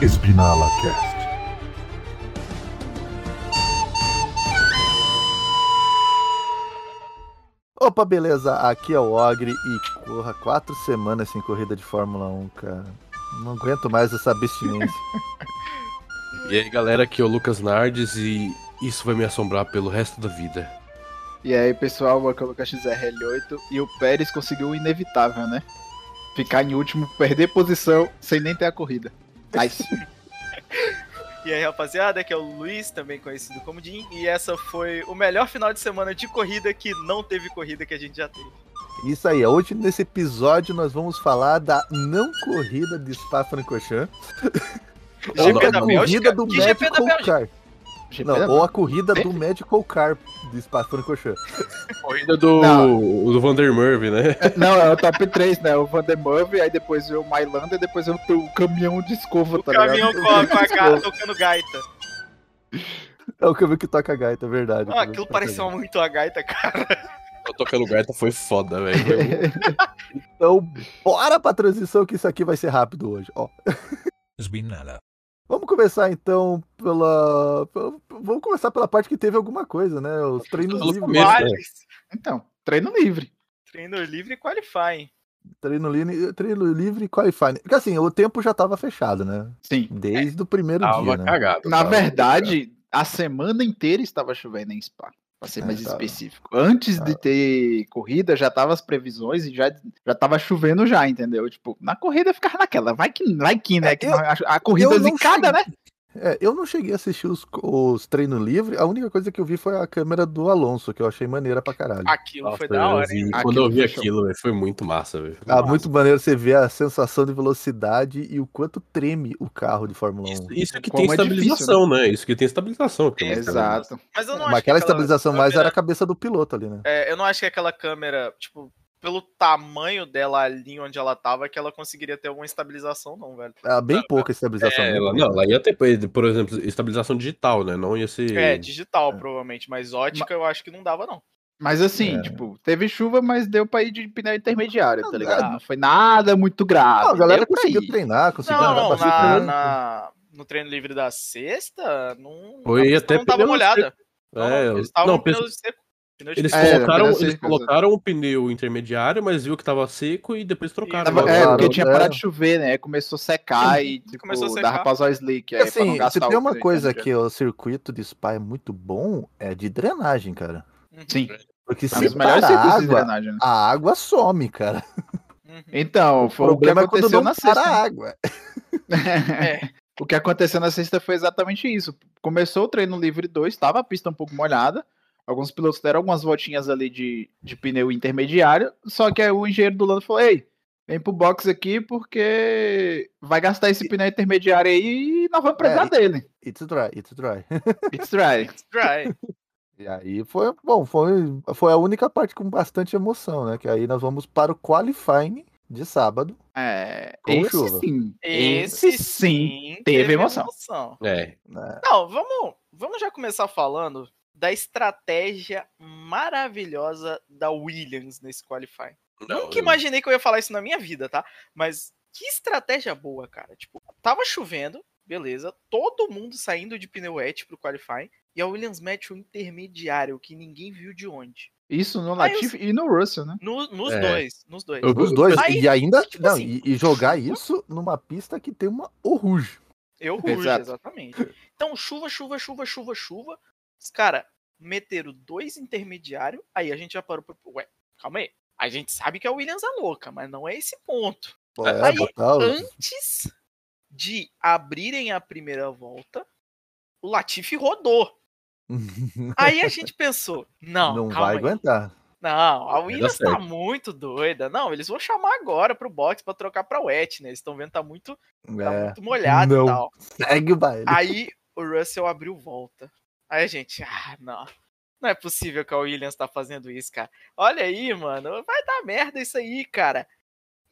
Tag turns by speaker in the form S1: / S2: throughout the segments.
S1: Espinala Cast.
S2: Opa, beleza? Aqui é o Ogre e corra quatro semanas sem corrida de Fórmula 1, cara. Não aguento mais essa abstinência.
S3: E aí galera, aqui é o Lucas Nardes e isso vai me assombrar pelo resto da vida.
S4: E aí, pessoal, aqui é o Lucas XRL8 e o Pérez conseguiu o inevitável, né? Ficar em último, perder posição sem nem ter a corrida. Nice.
S5: E aí, rapaziada, aqui é o Luiz, também conhecido como Jim, e essa foi o melhor final de semana de corrida que não teve corrida que a gente já teve.
S2: Isso aí, hoje nesse episódio nós vamos falar da não corrida de Spa-Francorchamps. Ou
S5: GP
S2: da
S5: é da
S2: corrida
S5: Bélgica?
S2: do
S5: Que GP da
S2: Medical Car.
S4: GP da-
S2: Não, ou a corrida do Medical Car de Spa-Francorchamps.
S3: Corrida do, do Vander Murphy, né?
S4: Não, é o top 3, né? O Vandermove, aí depois veio o Mylander, depois veio o caminhão de escova,
S5: O
S4: tá
S5: caminhão
S4: ligado?
S5: com a, com a cara tocando gaita.
S2: É o caminho que toca a gaita, é verdade.
S5: Ah, aquilo pareceu muito a gaita, cara.
S3: O Toca no Gaita foi foda, velho.
S5: um
S2: Então, bora pra transição que isso aqui vai ser rápido hoje. Ó,
S6: Sbinala.
S2: Vamos começar então pela. pela- Vamos começar pela parte que teve alguma coisa, né? Os treinos
S3: Pelo
S2: livres.
S3: começo.
S5: Qualis,
S4: Então, treino livre.
S5: treino livre e qualifying.
S2: Treino, li... treino livre e qualifying. Porque assim, o tempo já estava fechado, né?
S4: Sim.
S2: Desde o primeiro dia,
S3: Tava
S2: né?
S3: cagado.
S4: Na
S3: tava
S4: verdade, a semana inteira estava chovendo em Spa. Pra ser
S2: É,
S4: mais
S2: tava.
S4: específico. Antes de ter corrida, já tava as previsões e já, já tava chovendo já, entendeu? Tipo, na corrida ficava naquela. Vai que, vai que né?
S2: É,
S4: que
S2: eu-
S4: a, a corrida
S2: eu não
S4: zicada, né?
S2: É, eu não cheguei a assistir os, os treinos livres, a única coisa que eu vi foi a câmera do Alonso, que eu achei maneira pra
S3: Ah,
S2: caralho.
S5: Aquilo
S3: Nossa, assim,
S5: foi da hora, hein?
S3: e
S4: Aquilo
S3: Quando eu vi
S4: foi show.
S3: aquilo, velho, foi muito massa, velho.
S2: Ah, muito maneiro você ver a sensação de velocidade e o quanto treme o carro de Fórmula 1.
S3: Isso, isso que
S4: Como
S3: tem
S4: é difícil,
S3: estabilização, né? Isso que tem estabilização. que é uma estabilização.
S4: Exato.
S5: Mas eu não
S2: Mas
S5: acho que
S2: aquela estabilização mais
S5: câmera-
S2: era a cabeça do piloto ali, né?
S5: É, eu não acho que aquela câmera, tipo, pelo tamanho dela ali onde ela tava, que ela conseguiria ter alguma estabilização, não, velho.
S2: Ah, bem pouca estabilização.
S3: É,
S2: bem
S3: ela,
S2: pouca.
S3: não, ela ia ter, por exemplo, estabilização digital, né? Não ia ser.
S5: É, digital, provavelmente, mas ótica eu acho que não dava, não.
S4: Mas assim,
S2: É.
S4: tipo, teve chuva, mas deu pra ir de pneu intermediário,
S2: Não,
S4: tá ligado?
S5: não.
S4: Não foi nada muito grave.
S2: Não, a galera
S4: deu pra
S2: conseguiu
S4: ir.
S2: treinar, conseguiu
S5: Não,
S2: andar
S5: não,
S2: Assim, pra
S5: na-
S2: frente, né?
S5: na- no treino livre da sexta, não,
S3: Foi
S5: a pista
S3: até
S5: não tava
S3: pneu
S5: molhada. Não,
S3: É,
S5: não, eles estavam
S3: não,
S5: com pneu seco. Pneu de
S3: Eles
S5: pneu.
S4: É,
S3: colocaram,
S4: parece
S3: eles
S4: que-
S3: colocaram o pneu intermediário, mas viu que tava seco e depois trocaram.
S4: Tava- é,
S2: Claro,
S4: porque tinha
S2: né?
S4: parado de chover, né? Aí Começou a secar e, tipo,
S5: Começou a secar.
S4: dava pra usar o slick. né? Aí,
S2: Porque,
S4: pra não
S2: assim, se
S4: gastar
S2: tem
S4: o
S2: uma
S4: pneu
S2: coisa
S4: intermediário.
S2: que o circuito de Spa é muito bom, é de drenagem, cara.
S5: Uhum.
S4: Sim,
S2: Porque
S4: é um
S2: se
S4: dos melhores
S2: para a
S4: circuitos de
S2: água,
S4: drenagem. né?
S2: a água some, cara.
S5: Uhum.
S4: Então, foi
S2: o
S4: o que
S2: problema é quando
S4: aconteceu
S2: não
S4: na
S2: para
S4: sexta.
S2: a água.
S5: É,
S4: O que aconteceu na sexta foi exatamente isso. Começou o treino livre 2, estava a pista um pouco molhada. Alguns pilotos deram algumas voltinhas ali de, de pneu intermediário. Só que aí o engenheiro do Lando falou: Ei, vem pro box aqui porque vai gastar esse pneu intermediário aí e nós vamos precisar
S2: É,
S4: dele.
S2: It's dry, it's dry.
S4: It's dry.
S5: it's dry.
S2: E aí foi, bom, foi, foi a única parte com bastante emoção, né? Que aí nós vamos para o qualifying de sábado.
S4: É,
S2: Com
S4: esse
S2: chuva.
S4: sim.
S5: Esse sim teve,
S4: emoção.
S5: emoção.
S3: É,
S5: Não, vamos, vamos já começar falando da estratégia maravilhosa da Williams nesse qualifying.
S3: não,
S5: Nunca imaginei que eu ia falar isso na minha vida, tá? Mas que estratégia boa, cara. Tipo, tava chovendo, beleza. Todo mundo saindo de pneu wet pro qualifying. E a Williams mete o intermediário, que ninguém viu de onde.
S4: Isso no
S5: Aí
S4: Latif e no Russell, né?
S5: No- nos
S3: É.
S5: dois, nos dois.
S3: Eu-
S2: Os dois.
S5: Aí,
S2: e ainda.
S5: tipo
S2: não,
S5: assim,
S2: e, e jogar isso numa pista que tem uma oruge.
S5: Eu rujo,
S4: Exato.
S5: exatamente. Então, chuva, chuva, chuva, chuva, chuva. Os cara meteram dois intermediário, aí a gente já parou pro. Ué, calma aí. A gente sabe que a Williams é louca, mas não é esse ponto.
S2: Pô, é,
S5: Aí,
S2: botar
S4: hum,
S2: os-
S5: antes de abrirem a primeira volta, o Latifi rodou. Aí a gente pensou, não,
S2: não
S5: calma
S2: vai
S5: aí.
S2: aguentar.
S5: Não,
S3: Vai
S5: a
S3: dar
S5: Williams tá
S3: certo.
S5: muito doida. Não, eles vão chamar agora pro box pra trocar pra wet, né? Eles estão vendo tá muito, tá
S2: É,
S5: muito molhado
S2: Não.
S5: e tal.
S2: segue o baile.
S5: Aí o Russell abriu volta. Aí a gente, ah, não. Não é possível que a Williams tá fazendo isso, cara. Olha aí, mano. Vai dar merda isso aí, cara.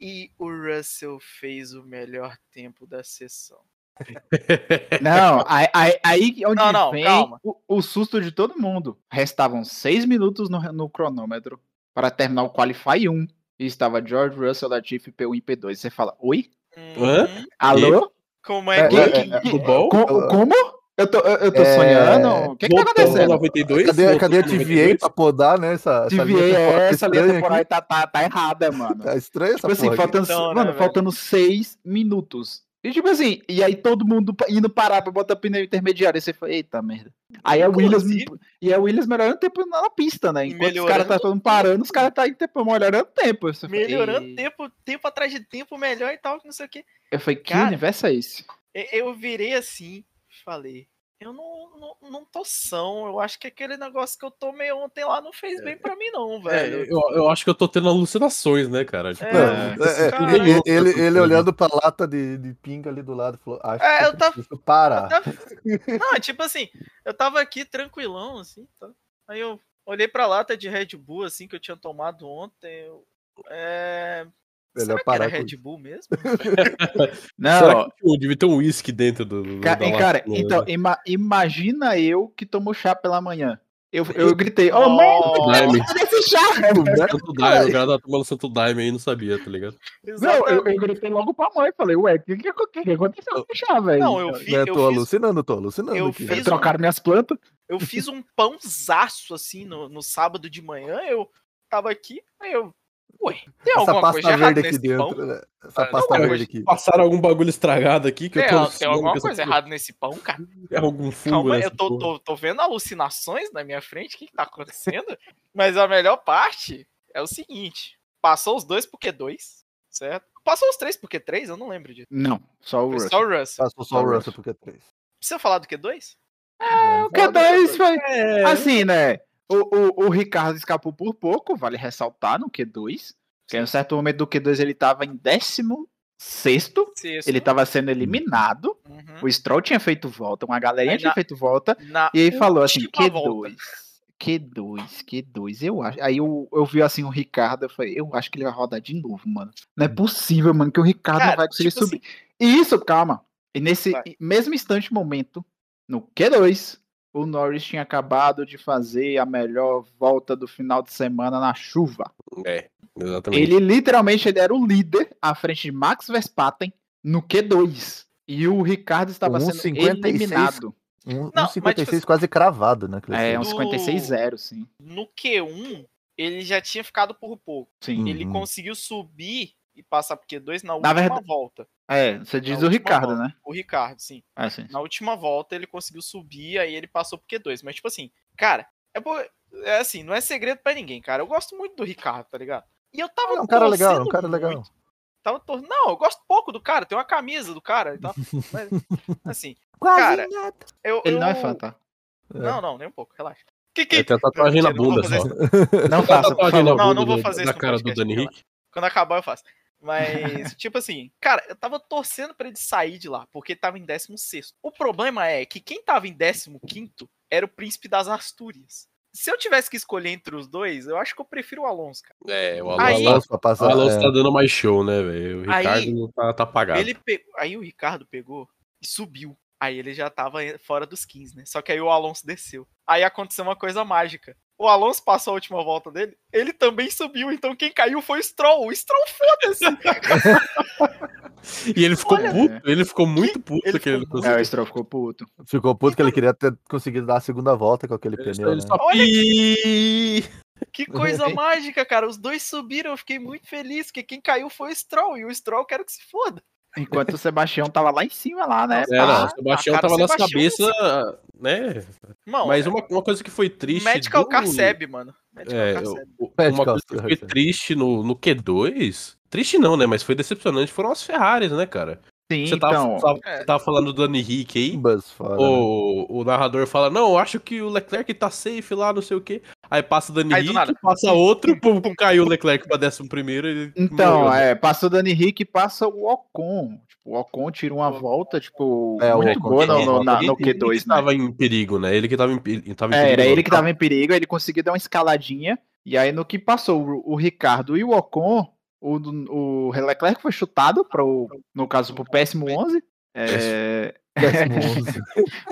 S5: E o Russell fez o melhor tempo da sessão.
S4: Não, aí, aí, aí é onde
S5: Não, não,
S4: vem
S5: calma.
S4: O, o susto de todo mundo. Restavam seis minutos no, no cronômetro para terminar o Qualify 1. E estava George Russell, Latifi, P1 e P2. Você fala, oi?
S5: Hum,
S3: Hã?
S4: Alô?
S5: Como é que.
S4: É,
S5: que-
S4: é, é.
S3: Futebol?
S4: Co- como? Eu tô, eu eu tô
S2: É,
S4: sonhando? O que, que
S3: Voltou
S4: tá
S3: no
S4: acontecendo?
S3: 92?
S2: Cadê,
S3: voltou
S5: é,
S2: cadê a
S3: no
S2: TVA
S3: 92?
S2: pra podar, né? Essa, essa linha
S4: Desviei
S2: temporal
S4: é essa linha
S2: estranha
S4: temporal
S2: aqui?
S4: tá, tá, tá errada, mano.
S2: Tá estranha essa
S4: Tipo assim,
S2: porra aqui.
S4: faltando,
S5: Então, né,
S4: mano,
S5: velho?
S4: faltando seis minutos. E tipo assim, e aí todo mundo pa- indo parar pra botar pneu intermediário. E você fala, eita merda. Aí é o Williams.
S5: Inclusive-
S4: E é o Williams melhorando o tempo na na pista, né?
S5: E
S4: Enquanto os
S5: assim? melhorando-
S4: caras tá todo mundo parando, os caras tá em tempo, melhorando o tempo. Eu falei,
S5: Melhorando
S4: "Ei".
S5: tempo, tempo atrás de tempo, melhor e tal, que não sei o quê.
S4: Eu falei, que
S5: Cara.
S4: universo é esse?
S5: E- Eu virei assim, falei, eu não, não, não tô são, eu acho que aquele negócio que eu tomei ontem lá não fez bem pra mim não,
S3: É,
S5: velho.
S3: eu, eu acho que eu tô tendo alucinações, né, cara? Tipo,
S5: É,
S2: Mano,
S3: eu-
S2: é, é,
S5: cara.
S2: ele, ele- ele olhando pra lata de, de pinga ali do lado falou: "Ah, Acho
S5: É,
S2: que
S5: eu tava-
S2: preciso
S5: Eu
S2: parar.
S5: tava- Não, é tipo assim, eu tava aqui tranquilão, assim, tá? Aí eu olhei pra lata de Red Bull, assim, que eu tinha tomado ontem, eu... É...
S2: Melhor
S5: Será que
S2: parar
S5: era
S2: com
S5: Red
S2: isso.
S5: Bull mesmo?
S4: Não,
S3: Será que tipo, devia ter um uísque dentro do. do
S4: Ca-
S3: da
S4: hein,
S3: lata,
S4: cara,
S3: né?
S4: então, ima- imagina eu que tomo chá pela manhã. Eu, eu gritei, ô, oh,
S5: Oh,
S4: mãe,
S3: Daime.
S4: cadê esse chá?
S2: É, né,
S3: Santo Daime, o cara tava tomando Santo Daime aí, não sabia, tá ligado?
S4: Não, eu,
S5: Exatamente.
S4: eu gritei logo pra mãe, falei, ué, o que, que, que, que aconteceu com o chá,
S2: É
S4: velho?
S5: Não, eu,
S2: Eu,
S5: fi- eu
S2: né, tô
S5: fiz,
S2: alucinando, tô alucinando.
S5: eu
S2: aqui.
S5: fiz um-
S4: Trocaram minhas plantas.
S5: eu fiz um pãozaço, assim, no, no sábado de manhã, eu tava aqui, aí eu... Ué, tem
S2: Essa
S5: alguma
S2: pasta
S5: coisa errada
S2: verde aqui
S5: nesse pão?
S2: dentro. né? Essa
S3: Ah,
S2: pasta
S3: não,
S2: verde
S3: hoje
S2: aqui.
S3: Passaram algum bagulho estragado aqui que
S5: Tem,
S3: eu tô.
S5: É, tem
S3: alucinando
S5: alguma
S3: com essa
S5: coisa
S3: porra.
S5: errada nesse pão, cara?
S3: É algum fungo,
S5: Calma,
S3: nessa
S5: eu tô,
S3: porra.
S5: tô, tô vendo alucinações na minha frente, o que, que tá acontecendo? Mas a melhor parte é o seguinte: passou os dois por Q2, certo? Passou os três por Q3, eu não lembro disso.
S4: Não, só o
S5: Foi
S4: Russell.
S5: só o Russell.
S2: Passou só o Russell porque é 3.
S5: Precisa falar do Q2?
S4: O Q2 foi...
S5: É.
S4: Assim, né, o, o, o Ricardo escapou por pouco, vale ressaltar, no Q2. Porque em um certo momento do Q2 ele tava em décimo sexto,
S5: Sexto.
S4: ele tá tava sendo eliminado.
S5: Uhum.
S4: O Stroll tinha feito volta, uma galerinha
S5: Aí
S4: tinha
S5: na-
S4: feito volta.
S5: Na
S4: E aí falou assim,
S5: última
S4: Q2,
S5: Hum, tipo, volta.
S4: Q2, Q2, eu acho. Aí eu, eu vi assim o Ricardo, eu falei, eu acho que ele vai rodar de novo, mano. Não é possível, mano, que o Ricardo não
S5: Cara,
S4: vai conseguir
S5: tipo
S4: subir. E isso, calma. E nesse
S5: Vai.
S4: mesmo instante momento, no Q2, o Norris tinha acabado de fazer a melhor volta do final de semana na chuva.
S3: É, exatamente.
S4: Ele literalmente ele era o líder à frente de Max Verstappen no Q2. E o Ricardo estava
S2: Com
S4: sendo
S2: 1,56.
S4: eliminado.
S2: Um, um
S5: Não, mas
S2: 56
S5: tipo-
S2: quase cravado, né? Cleci?
S4: É, um
S5: Do-
S4: 56-0, sim.
S5: No Q1, ele já tinha ficado por pouco.
S4: Sim.
S2: Hum.
S5: Ele
S2: Uhum.
S5: conseguiu subir e passar por Q2 na
S4: Na
S5: última
S4: verdade-
S5: volta.
S4: É, você diz
S5: Na
S4: o
S5: última
S4: Ricardo,
S5: volta.
S4: né?
S5: O Ricardo, sim.
S4: É, sim.
S5: Na última volta ele conseguiu subir, aí ele passou pro Q2. Mas, tipo assim, cara, é, bo- é assim, não é segredo pra ninguém, cara. Eu gosto muito do Ricardo, tá ligado? E eu tava.
S2: É um cara legal, é um
S5: torcendo
S2: cara legal.
S5: muito. Tava tor... Não, eu gosto pouco do cara, tem uma camisa do cara e tal. Mas, assim, cara. Eu,
S4: Ele não é
S5: eu-
S4: fã, tá?
S5: Não, não, nem um pouco, relaxa. Que que.
S3: Ele tem a tatuagem na
S5: Mentira, não vou
S3: bunda
S5: fazer
S3: só.
S5: isso.
S4: Não
S3: Tem a
S4: faça, por
S3: tatuagem
S4: favor.
S3: na
S5: Não, não
S3: bunda
S5: vou
S3: do-
S5: fazer isso
S3: da
S5: no
S3: cara do
S5: podcast,
S3: Dani
S5: relaxa.
S3: Henrique.
S5: Quando acabar eu faço. Mas, tipo assim, cara, eu tava torcendo pra ele sair de lá, porque ele tava em 16. O problema é que quem tava em 15 era o príncipe das Astúrias. Se eu tivesse que escolher entre os dois, eu acho que eu prefiro o Alonso, cara.
S3: É, o
S5: Aí-
S3: Alonso,
S2: pra
S3: o
S2: passar.
S3: Alonso
S2: é.
S3: tá dando mais show, né, velho? O Ricardo
S5: Aí-
S3: não tá, tá apagado.
S5: Ele pe- Aí o Ricardo pegou e subiu. Aí ele já tava fora dos 15, né? Só que aí o Alonso desceu. Aí aconteceu uma coisa mágica. O Alonso passou a última volta dele, ele também subiu, então quem caiu foi o Stroll. O Stroll, foda-se!
S3: E ele ficou
S4: Olha,
S3: puto, ele ficou muito puto
S5: Ele
S3: que ele não
S5: ficou
S4: É, o
S3: conseguiu.
S4: Stroll ficou puto.
S2: Ficou puto que ele queria ter conseguido dar a segunda volta com
S4: É,
S2: aquele
S3: Ele só-
S2: pneu.
S3: ele
S2: né?
S3: só-
S5: Olha
S3: Ih!
S5: Que coisa mágica, cara. Os dois subiram, eu fiquei muito feliz, porque quem caiu foi o Stroll, e o Stroll eu quero que se foda.
S4: Enquanto o Sebastião tava lá em cima, lá, né?
S3: É,
S4: pá.
S3: não, o Sebastião
S5: Ah, a cara
S3: tava
S5: do
S3: nas
S5: Sebastião, é
S3: cabeças, né?
S5: Mão,
S3: Mas uma, uma coisa que foi triste.
S5: é Medical
S3: do-
S5: Car Seb, mano. Medical
S3: É,
S5: Car
S3: o-
S5: Seb.
S3: o-
S2: Pet
S3: uma coisa que
S2: Costa,
S3: foi
S2: Rafa.
S3: triste no, no Q2. Triste não, né? Mas foi decepcionante. Foram as Ferraris, né, cara?
S4: Sim,
S3: Você tava,
S4: então.
S3: tava-
S5: é.
S3: você tava falando do Dani Henrique aí.
S2: Buzz fora. né?
S3: O, o narrador fala: Não, eu acho que o Leclerc tá safe lá, não sei o quê. Aí passa o Dani
S5: Aí do
S3: Henrique,
S5: nada.
S3: passa outro, pum, pum, caiu o Leclerc pra décimo primeiro. e-
S4: Então,
S3: morreu, né?
S4: é, passa o Dani Henrique e passa o Ocon. Tipo, o Ocon tira uma volta, tipo,
S2: É, o
S4: muito
S2: Ocon
S4: boa
S2: tira
S4: no,
S2: uma
S4: no-
S2: volta.
S4: na- no
S3: né? Ele- Ele
S4: Q2,
S3: que
S4: né?
S3: tava em perigo, né? Ele que tava em, ele tava em
S4: É,
S3: perigo.
S4: era
S3: não.
S4: ele que tava em perigo, ele conseguiu dar uma escaladinha. E aí, no que passou o, o Ricardo e o Ocon, o, o Leclerc foi chutado, pro, no caso, pro péssimo 11. É,
S2: Décimo né? onze.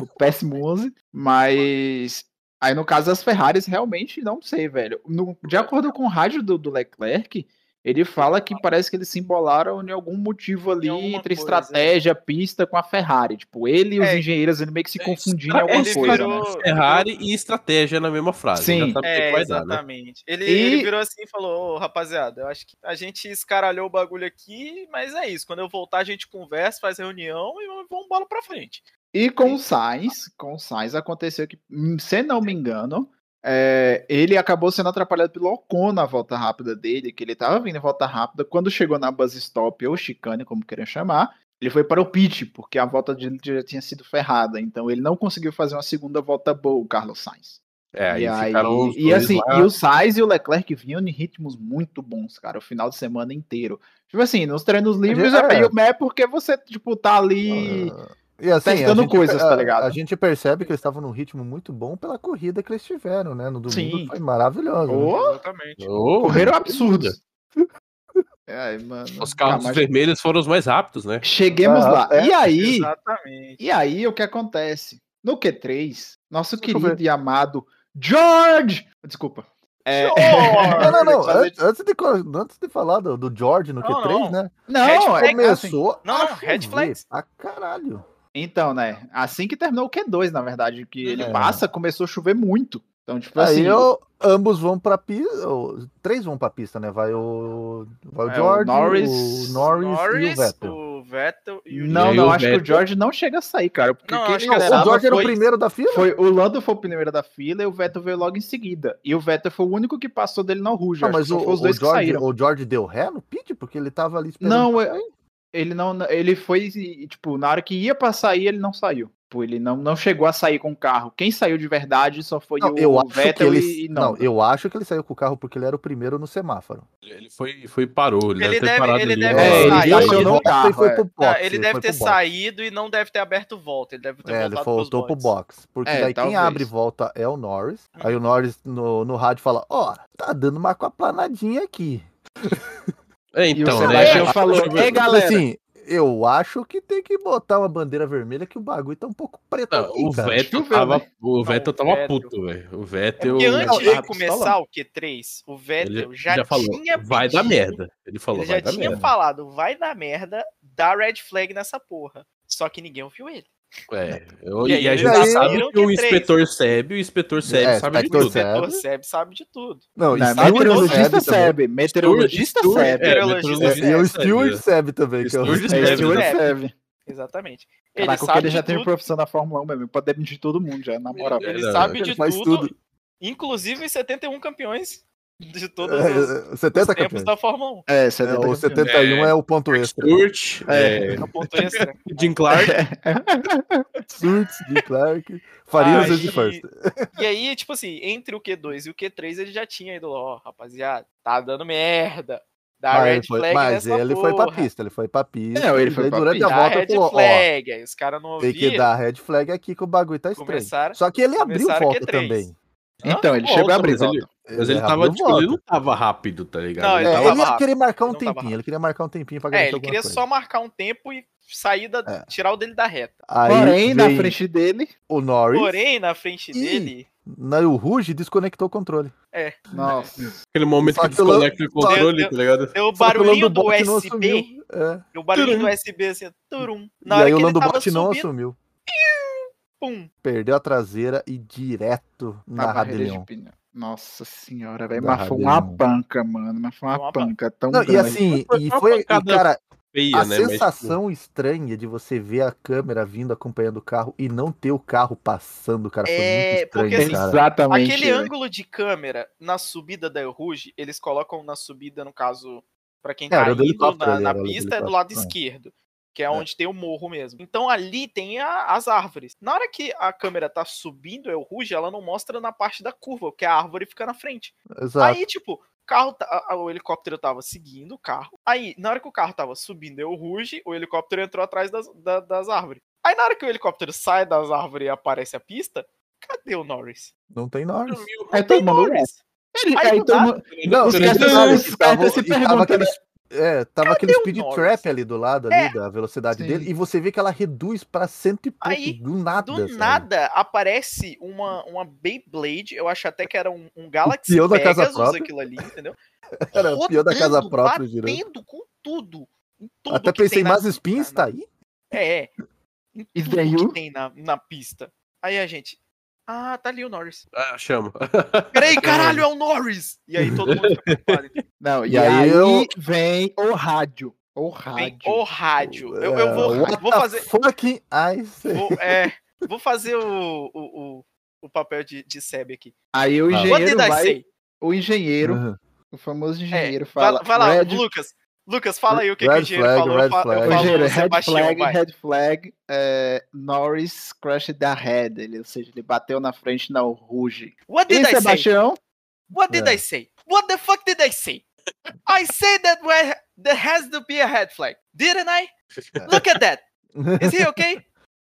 S4: o péssimo 11, mas aí no caso das Ferraris realmente não sei, velho. No- de acordo com o rádio do, do Leclerc, Ele fala que parece que eles se embolaram em algum motivo ali
S5: Em alguma
S4: entre
S5: coisa,
S4: estratégia, pista com a Ferrari. Tipo, ele e os
S5: É.
S4: engenheiros ele meio que se confundiram em
S3: É
S4: alguma
S5: ele
S4: coisa,
S5: virou-
S4: né?
S3: Ferrari e estratégia na mesma frase.
S4: Sim.
S3: Já sabe o que
S5: É,
S3: que vai dar, né?
S5: exatamente. Ele,
S4: E-
S5: ele virou assim e falou, ô, rapaziada, eu acho que a gente escaralhou o bagulho aqui, mas é isso. Quando eu voltar, a gente conversa, faz reunião e vamos bola pra frente.
S4: E com o Sainz, com o Sainz aconteceu que, hum, se não me engano, é, ele acabou sendo atrapalhado pelo Ocon na volta rápida dele, que ele tava vindo em volta rápida. Quando chegou na buzz stop, ou chicane, como queiram chamar, ele foi para o pit, porque a volta dele já tinha sido ferrada. Então ele não conseguiu fazer uma segunda volta boa, o Carlos Sainz.
S3: É, aí
S4: e aí,
S3: ficaram os
S4: e
S3: dois
S4: assim,
S3: lá.
S4: e o Sainz e o Leclerc vinham em ritmos muito bons, cara, o final de semana inteiro. Tipo assim, nos treinos livres
S2: gente-
S4: é meio
S2: é.
S4: mé porque você, tipo, tá ali.
S3: é,
S2: Ah, E assim, a
S4: testando
S2: gente-
S4: coisas, tá ligado?
S2: A, a gente percebe que eles estavam num ritmo muito bom pela corrida que eles tiveram, né? No domingo
S4: Sim.
S2: foi maravilhoso. né?
S4: Ô,
S5: Exatamente.
S3: Oh,
S4: Correram absurdos.
S2: É,
S4: Ai, mano.
S3: Os carros
S4: Tá, mas
S3: vermelhos foram os mais rápidos, né?
S4: Cheguemos
S2: Ah,
S4: lá.
S2: é,
S4: e aí,
S5: Exatamente.
S4: e aí o que acontece? No Q3, nosso
S2: Deixa eu
S4: querido e amado George, desculpa. É,
S5: Ô,
S2: Não, não, não.
S4: Fazer-
S2: Antes, antes de, co- antes de falar do, do George no
S5: Não,
S2: Q3,
S5: não.
S2: né?
S4: não, é,
S5: Hashtag-
S4: assim,
S2: Começou.
S5: Não, não,
S2: a chover
S5: red flags.
S2: Pra caralho.
S4: então, né? Assim que terminou o Q2, na verdade, que ele
S2: É.
S4: passa, começou a chover muito. Então, tipo assim,
S2: Aí eu, ambos vão pra pista. Três vão pra pista, né? Vai o, vai o
S4: É, o
S2: George, o
S4: Norris-
S2: Norris, e o
S5: Norris,
S2: Vettel.
S5: o Vettel e o
S3: E
S4: não,
S3: aí
S4: não,
S3: o
S4: acho que o
S3: Vettel-
S4: George não chega a sair, cara. Porque
S5: Não,
S4: quem
S5: acho que
S2: Não,
S4: liderava
S2: o George era
S4: foi-
S2: o primeiro da fila?
S4: Foi, o Lando foi o primeiro da fila e o Vettel veio logo em seguida. E o Vettel foi o único que passou dele na Ruja.
S2: Não, mas o,
S4: foi os
S2: o
S4: dois que
S2: George,
S4: saíram.
S2: o George deu ré no pit? Porque ele tava ali esperando.
S4: Não,
S2: pra
S4: é-
S2: sair.
S4: Ele não, ele foi, e, tipo, na hora que ia pra sair, ele não saiu. Tipo, ele não, não chegou a sair com o carro. Quem saiu de verdade só foi
S2: Não,
S4: o
S2: eu acho
S4: Vettel
S2: que
S4: e,
S2: ele.
S4: e
S2: Não,
S4: não. né?
S2: eu acho que ele saiu com o carro porque ele era o primeiro no semáforo.
S3: Ele foi, foi e parou. Ele, deve
S5: Ele
S3: ter
S5: deve-
S3: parado
S5: ele
S3: ali.
S5: deve
S3: uma
S4: É,
S3: hora.
S4: ele
S5: sair.
S3: Ele
S5: acionou
S3: deve-
S4: o carro,
S2: Ele foi
S4: é.
S2: pro box.
S5: Ah, ele
S2: ele
S5: deve
S2: foi
S5: ter
S2: pro box.
S5: saído e não deve ter aberto volta. Ele deve ter
S2: É,
S5: voltado
S2: ele
S5: pros
S2: voltou pro
S5: boxes.
S2: box. Porque
S4: É,
S2: daí
S4: talvez.
S2: quem abre e volta é o Norris. Aí o Norris no, no rádio fala: Ó, tá dando uma aquaplanadinha aqui.
S3: É,
S4: E o
S3: então, né?
S4: Sebastião
S3: Ele-
S4: falou, "Ei,
S2: Mas,
S4: galera."
S2: Assim, eu acho que tem que botar uma bandeira vermelha que o bagulho tá um pouco preto
S3: Não,
S2: aqui,
S3: o
S2: cara.
S3: Vettel
S4: Choveu,
S3: tava,
S4: né?
S3: o
S5: Não,
S3: Vettel
S5: o
S3: tava
S5: Vettel.
S3: puto, velho. O
S5: É
S3: Vettel.
S5: porque antes
S2: Não,
S5: de
S2: eu-
S5: começar o Q3, o Vettel
S3: ele
S5: já, tinha
S3: vai dar
S5: pedido-
S3: merda. Ele falou,
S5: Ele já
S3: vai dar
S5: tinha
S3: merda.
S5: falado, vai dar merda, dá red flag nessa porra. Só que ninguém ouviu ele.
S3: É, eu-
S5: E aí
S3: e a
S5: eles
S3: gente
S2: já
S3: sabe
S5: viram
S3: que o
S5: que três.
S3: inspetor Seb, o inspetor Seb
S2: É,
S3: sabe de
S2: inspetor
S3: tudo.
S5: O setor
S2: Sabe?
S5: Seb sabe de tudo.
S2: Não,
S4: Não, é
S2: Stewart
S4: meteorologista
S2: Seb também.
S4: serve, meteorologista
S3: Stewart-
S4: serve.
S3: é,
S5: Meteorologista
S2: É,
S3: meteorologista
S2: E o
S3: Seb.
S2: Stewart Seb também, que é o
S3: Stewart
S4: É,
S3: Seb,
S4: Stewart
S3: né?
S5: serve.
S4: serve.
S5: Exatamente.
S2: Tá,
S5: Ele
S4: Caraca, o
S5: sabe
S4: Kelly já
S5: de
S4: teve
S5: tudo.
S4: profissão na Fórmula 1, meu amigo. Pode demitir todo mundo já, na moral.
S5: Ele
S3: É, não,
S5: sabe
S2: ele
S5: de
S2: né? faz
S5: tudo,
S2: tudo.
S5: inclusive os 71 campeões de todos
S2: É,
S5: os,
S2: é,
S5: os
S2: 70
S5: tempos
S2: campeões.
S5: da Fórmula 1.
S4: É,
S2: É,
S4: 70
S2: o 71 é, o ponto extra.
S3: Stewart,
S4: É.
S3: é.
S5: É o ponto extra.
S3: Jim Clark.
S2: Stewart, de Clark, Farias
S5: Aí-
S2: e First.
S5: Ah, E aí, tipo assim, entre o Q2 e o Q3, ele já tinha ido, ó, rapaziada, tá dando merda. Dá
S2: Mas
S5: red
S2: ele foi,
S5: flag
S2: mas
S5: nessa
S2: ele foi pra
S5: porra.
S2: pista, ele foi pra pista.
S4: Não, ele
S2: e
S4: foi
S2: daí
S4: pra
S2: durante
S4: pista.
S5: Dá
S2: a volta
S5: red
S2: falou, ó,
S5: flag. Aí os caras não
S2: tem que
S5: ouviram.
S2: dar red flag aqui que o bagulho tá estranho.
S5: Começaram-
S2: Só que ele abriu
S5: começaram
S2: volta
S5: Q3.
S2: também.
S4: Então, ele
S3: Volta,
S4: chegou a abrir.
S3: mas ele-
S4: volta.
S3: Mas ele tava,
S2: abriu
S3: tipo,
S2: volta.
S3: ele não tava rápido, tá ligado?
S5: Não,
S2: É,
S5: ele
S2: Ele,
S5: tava
S2: ia
S5: rápido,
S2: querer marcar um
S5: ele não tava
S2: tempinho, ele queria marcar um tempinho pra garantir
S5: É, ele
S2: alguma
S5: queria
S2: coisa.
S5: só marcar um tempo e sair da,
S2: É.
S5: tirar o dele da reta.
S2: Aí
S4: Porém, na
S2: veio
S4: frente dele.
S2: o Norris,
S5: Porém, na frente
S2: Ih.
S5: dele,
S2: na, o Ruge desconectou o controle.
S4: Nossa.
S3: Aquele momento
S2: Só
S3: que
S2: que o Lan-
S3: desconecta o controle,
S5: só-
S3: tá ligado?
S5: deu o
S2: Só que o
S5: barulhinho
S2: Lando
S5: do
S2: Bot não
S5: USB,
S2: assumiu. É.
S5: deu o barulhinho
S3: Turum.
S5: do USB assim, turum. Na
S2: E
S5: hora
S2: aí o
S5: que ele
S2: Lando
S5: tava
S2: Bot não
S5: subindo,
S2: assumiu.
S5: pum.
S2: Perdeu a traseira e direto na
S4: Na barreira
S2: Radelhão.
S4: de pneu. Nossa senhora, velho.
S2: Da
S4: Mas foi uma
S2: Radeon.
S4: panca, mano. Mas foi uma,
S5: Uma
S4: panca tão
S2: Não,
S4: grande.
S2: e assim,
S3: Foi
S2: e
S3: uma
S2: foi, e,
S3: pancada
S2: cara,
S3: Feia,
S2: a
S3: né? Mas,
S2: sensação estranha de você ver a câmera vindo acompanhando o carro e não ter o carro passando, cara, foi
S5: É,
S2: muito estranho,
S5: porque assim,
S2: cara.
S4: Exatamente.
S5: Aquele
S2: né?
S4: velho.
S5: ângulo de câmera na subida da Ruge, eles colocam na subida, no caso, pra quem
S2: É, era do
S5: tá indo
S2: helicóptero
S5: na,
S2: ali,
S5: na
S2: era do
S5: pista, é do
S2: helicóptero,
S5: lado
S2: é.
S5: esquerdo, que é, onde tem o morro mesmo. Então ali tem a- as árvores. Na hora que a câmera tá subindo a Ruge, ela não mostra na parte da curva, porque a árvore fica na frente.
S2: Exato.
S5: Aí, tipo, o carro ta- a- o helicóptero tava seguindo o carro. Aí, na hora que o carro tava subindo, eu ruge, o helicóptero entrou atrás das, da- das árvores. Aí, na hora que o helicóptero sai das árvores e aparece a pista, cadê o Norris?
S2: Não tem Norris.
S4: Aí
S5: Não tem
S4: todo mundo.
S5: Norris.
S4: Ele-
S5: Aí
S4: aí
S5: do
S4: todo
S5: nada,
S4: mundo-
S2: Não,
S4: os
S2: os
S4: caras-
S2: caras
S4: os
S2: se
S4: caras
S2: estavam-
S4: se
S2: e tava
S4: perguntando,
S2: aquele- É, tava aquele
S5: o
S2: speed
S5: Norris?
S2: trap ali do lado, ali,
S5: É.
S2: da velocidade
S4: Sim.
S2: dele, e você vê que ela reduz pra cento e pouco,
S5: Aí,
S2: do nada.
S5: Do
S2: sabe?
S5: nada aparece uma, uma Beyblade, eu acho até que era um, um
S2: E
S5: Galaxy
S2: eu da casa
S5: Pegasus
S2: própria.
S5: aquilo ali, entendeu?
S2: Era o pior da casa
S5: rodando,
S2: própria, girando.
S5: batendo com tudo. em tudo
S2: Até
S5: que
S2: pensei,
S5: tem na- né?
S2: mas Spins tá aí?
S5: É, é. Em
S4: E
S5: tudo
S4: daí o-
S5: que tem na, na pista. Aí a gente. Ah, tá ali o Norris.
S3: Ah, chama.
S5: Peraí, caralho, é o Norris! E aí todo mundo fica preocupado.
S4: Não, e,
S2: E aí
S4: aí,
S2: eu-
S4: vem o rádio. O
S5: Vem
S4: rádio.
S5: o rádio. Eu, eu
S2: É,
S5: vou,
S2: what
S5: vou
S2: the
S5: fazer.
S2: Fucking ice.
S5: Vou, é, vou fazer o, o, o, o papel de, de Seb aqui.
S4: Aí o
S3: Ah.
S5: What did
S4: engenheiro
S5: I
S4: vai.
S5: say?
S4: O engenheiro,
S2: Uhum.
S4: o famoso
S5: É,
S4: engenheiro,
S5: vai,
S4: fala.
S5: lá- vai lá,
S4: red,
S5: Lucas. Lucas, fala aí o que, que o
S2: Red
S5: engenheiro
S2: flag,
S5: falou.
S2: red
S5: Eu falo, eu
S2: flag.
S4: o
S5: falo
S4: engenheiro, red
S5: Sebastião,
S4: flag,
S5: vai.
S4: red flag, é, Norris crash da head. Ele, ou seja, ele bateu na frente na ruge.
S5: What
S4: E
S5: did I say?
S4: é Sebastião?
S5: What did I say? What the fuck did I say? I say that where there has to be a red flag. Didn't I? Look at that. Is he okay?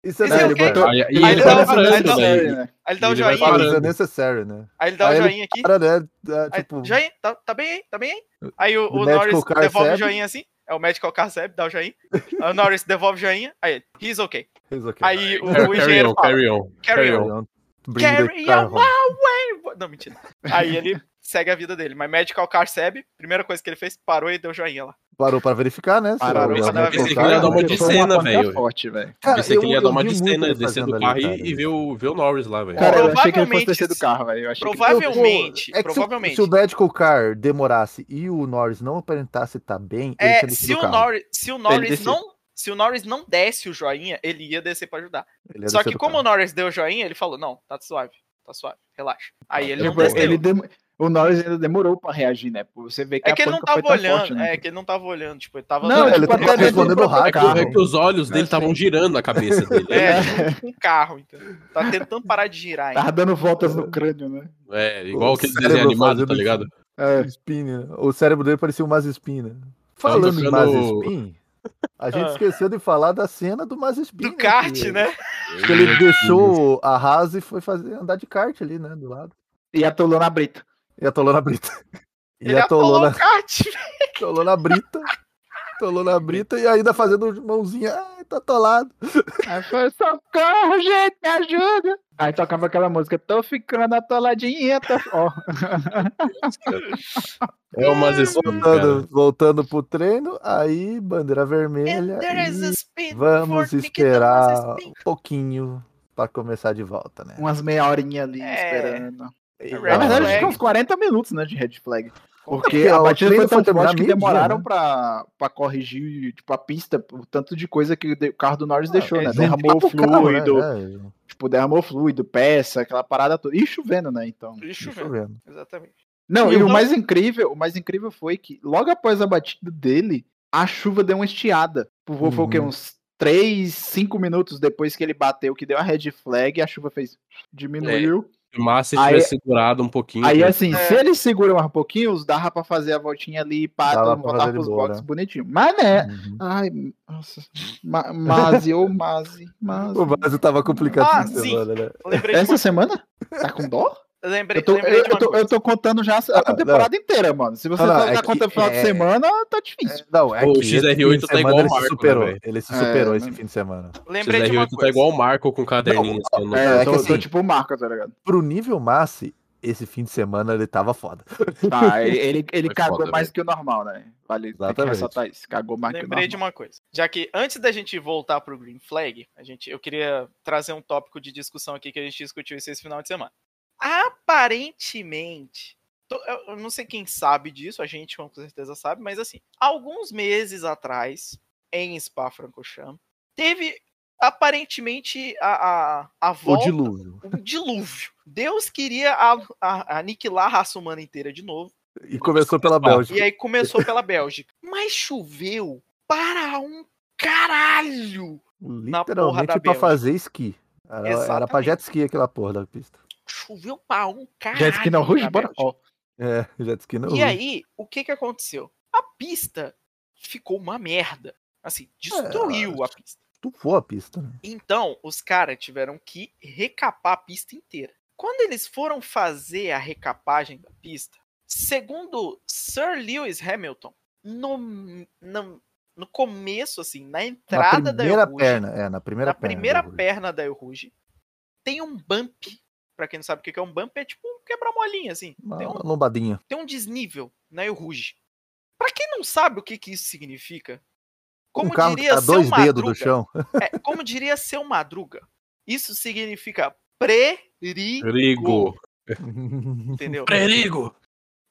S2: Isso é,
S5: Isso é
S2: ele
S5: ok?
S2: botou-
S3: Aí,
S4: Ele
S5: ele
S4: parece
S5: dá- ele dá-
S4: necessário, né?
S5: Aí ele dá o
S3: Ele vai
S5: joinha.
S3: falando.
S5: aqui.
S2: Isso é necessário, né?
S5: Aí ele dá o
S2: Aí ele
S5: joinha aqui.
S2: Cara, né? Dá,
S5: Aí,
S2: tipo,
S5: joinha, tá, tá bem aí, tá bem aí. Aí o,
S2: O
S5: o
S2: medical
S5: Norris
S2: car
S5: devolve o
S2: serve.
S5: joinha assim. É o Medical Car Seb, dá o joinha. Aí o Norris devolve o joinha. Aí ele, he's okay.
S2: he's okay.
S5: Aí o, o
S3: Carry
S5: engenheiro
S3: on,
S5: fala,
S3: carry on.
S5: carry on.
S2: Bring the
S5: Carry
S2: car
S5: on
S2: home.
S5: my way. Não, mentira. Aí ele segue a vida dele. Mas Medical Car Seb, primeira coisa que ele fez, parou e deu joinha lá.
S2: Parou pra verificar, né? se
S4: Parou
S2: o-
S5: pra
S2: o-
S5: verificar.
S2: o-
S5: Esse
S2: cara-
S3: cara dá uma
S4: Porque
S3: de
S4: foi
S3: cena,
S4: pancada
S3: é velho.
S4: forte, velho.
S2: Cara,
S3: Pensei que ele ia dar uma
S2: eu
S3: de
S2: vi muito
S3: cena,
S2: ele
S3: descer
S2: fazendo
S3: do
S2: ali,
S3: carro
S2: cara.
S3: e, e ver, o, ver o Norris lá, velho.
S4: Cara, eu achei que ele fosse
S5: Provavelmente-
S4: descer do carro, velho. Eu achei que-
S5: Provavelmente,
S2: Eu- é que se o-
S5: provavelmente.
S2: Se o Medical Car demorasse e o Norris não aparentasse estar bem, ele
S5: É,
S2: tinha descido
S5: se
S2: do
S5: o
S2: carro.
S5: Norris, se o Norris
S4: desceu.
S5: não. Se o Norris não desse o joinha, ele ia descer pra ajudar.
S2: Ele ia
S5: Só
S2: descer
S5: que
S2: do
S5: como o
S2: carro.
S5: Norris deu o joinha, ele falou: não, tá suave, tá suave, relaxa. Aí ele não
S4: Tipo,
S5: desceu.
S4: ele dem- O Norris ainda demorou pra reagir, né? Pra Você vê que
S5: É
S4: a
S5: que ele não
S4: panca foi
S5: tava
S4: tão
S5: olhando,
S4: forte, né?
S5: é que ele não tava olhando, tipo, ele tava
S4: Não,
S2: Não,
S5: andando
S2: ele tá
S4: tipo,
S2: tava
S4: até dentro
S2: respondendo
S4: do
S2: o
S4: próprio
S3: É que,
S2: hacker.
S4: carro.
S3: é que os olhos dele estavam girando na cabeça dele.
S5: é, junto com o carro, entendeu? Tá tentando parar de girar ainda.
S2: Tá
S4: Tava dando voltas no crânio, né?
S3: É, igual
S2: O
S3: aquele
S2: cérebro
S3: desenho animado, tá
S2: fazendo
S3: ligado?
S4: É.
S2: Spin, né? O cérebro dele parecia um Mazespin, né? Falando em
S3: tocando-
S2: Mazespin, a gente
S5: Ah.
S2: esqueceu de falar da cena do Mazespin.
S5: Do kart,
S2: que-
S5: né?
S2: Que ele deixou a Haas e foi fazer, andar de kart ali, né? Do lado.
S4: E atolou na brita.
S2: E atolou na brita. E
S5: Ele atolou
S2: atolou na,
S5: o kart.
S2: atolou na brita. Atolou na brita e ainda fazendo mãozinha. Ai, tá atolado.
S4: Aí foi, socorro, gente, me ajuda! Aí tocava aquela música, tô ficando atoladinha, tô... Ó,
S3: É o Mazespin, cara.
S2: Voltando, voltando pro treino, aí bandeira vermelha.
S5: There is a
S2: e
S5: spin tá
S2: vamos
S5: for Nikita
S2: esperar
S5: Mazepin.
S2: um pouquinho pra começar de volta, né?
S4: umas meia horinha ali
S5: É.
S4: esperando.
S2: E-
S5: Red
S4: Na verdade,
S5: flag. é?
S4: acho que uns 40 minutos, né, de red flag. Porque
S2: Porque
S4: a
S2: o
S4: batida foi
S2: treino
S4: tão
S2: foi terminar
S4: forte que
S2: meio-dia,
S4: demoraram
S2: né?
S4: pra, pra corrigir, tipo, a pista, o tanto de coisa que o de- o carro do Norris
S2: Ah,
S4: deixou,
S3: é,
S4: né?
S3: junto
S4: Derramou
S2: Papo
S4: fluido,
S2: carro, né? É,
S4: tipo, derramou fluido, peça, aquela parada toda. E chovendo, né, então.
S5: E
S2: Deixa eu
S5: chovendo,
S2: ver.
S5: exatamente.
S4: Não, e
S5: E o
S4: o
S5: Norris-
S4: mais incrível, o mais incrível foi que logo após a batida dele, a chuva deu uma estiada. Por uhum. foi o quê?
S2: Uhum.
S4: Uns 3, 5 minutos depois que ele bateu, que deu a red flag, a chuva fez diminuiu.
S3: Mas se
S4: Aí-
S3: tivesse segurado um
S2: É,
S3: pouquinho.
S4: Aí
S2: uhum.
S3: né?
S4: assim, se ele segura mais um pouquinho, os dava pra fazer a voltinha ali e pá,
S2: Dava
S4: todo mundo
S2: pra
S4: voltar
S2: fazer de
S4: pros
S2: boa,
S4: boxes
S2: né?
S4: bonitinho. Mas né,
S2: Uhum.
S4: ai, nossa, Ma Mazi, ô Mazi, Mazi.
S2: O Brasil tava complicado
S5: Ah,
S2: essa
S5: sim.
S2: semana, né?
S5: Lembrei de
S4: Essa semana? Tá com dó?
S5: uma- lembrei-
S4: Eu tô,
S5: lembrei
S4: eu,
S5: de uma
S4: eu tô,
S5: coisa.
S4: eu tô contando já a- a
S2: não.
S4: temporada inteira, mano. Se você
S2: Não, não,
S4: for
S2: é
S4: na
S2: que-
S4: conta do final de
S2: é-
S4: semana, tá difícil.
S2: Não, é
S3: O
S2: que
S3: XR8
S2: esse
S3: tá
S2: fim de
S3: igual
S2: semana
S3: o
S2: ele
S3: Marco,
S2: se superou.
S3: né, velho?
S2: ele se
S4: É,
S2: superou esse
S5: né?
S4: mano.
S2: fim de semana.
S5: Lembrei de uma
S3: XR8 tá
S5: coisa.
S3: igual o Marco com o caderninho. assim, no-
S4: É,
S2: É
S4: é que
S2: que
S4: eu tô
S2: assim-
S4: tipo o Marco, tá ligado?
S2: Pro nível Massi, esse fim de semana ele tava foda.
S4: Tá, ele, ele, ele
S3: Foi
S4: cagou
S3: foda,
S4: mais que o normal, né? Vale, tem que
S2: Exatamente.
S4: ressaltar isso. Cagou mais que o
S5: Lembrei
S4: normal.
S5: de uma coisa. Já que antes da gente voltar pro Green Flag, a gente, eu queria trazer um tópico de discussão aqui que a gente discutiu esse final de semana. Aparentemente, to- eu eu não sei quem sabe disso, a gente com certeza sabe, mas assim, alguns meses atrás, em Spa-Francorchamps, teve aparentemente a, a, a
S2: O
S5: volta
S2: dilúvio.
S5: um dilúvio. Deus queria a- a- aniquilar a raça humana inteira de novo.
S2: E começou pela Bélgica.
S5: E aí começou pela Bélgica. Mas choveu para um caralho! na porra da
S2: Literalmente pra
S5: Bélgica.
S2: fazer esqui. Era, era pra
S5: Exatamente.
S2: jet ski aquela porra da pista.
S5: Choveu para um caralho!
S4: Jet ski não,
S5: na
S4: Ruge, é bora.
S5: Bélgica.
S4: Ó,
S2: É, jet ski não.
S5: E aí, o que que aconteceu? A pista ficou uma merda. Assim, destruiu a pista.
S2: Tufou a pista. né?
S5: Então, os caras tiveram que recapar a pista inteira. Quando eles foram fazer a recapagem da pista, segundo Sir Lewis Hamilton, no, no, no começo, assim, na entrada
S2: na primeira
S5: da Elruge,
S2: perna. É, na primeira
S5: na
S2: perna.
S5: primeira
S2: da Rouge.
S5: perna da Elruge, tem um bump Pra quem não sabe o que que é um bump, é tipo um quebra-molinha, assim.
S2: Uma
S5: Tem um,
S2: lombadinha.
S5: tem um desnível na Ruge. Pra quem não sabe o que, que isso significa, como
S2: um carro que
S5: diria
S2: tá
S5: seu
S2: dois dedos do
S5: Madruga,
S2: chão.
S5: é, como diria seu Madruga, isso significa prerigo,
S3: Perigo.
S5: entendeu?
S3: Perigo.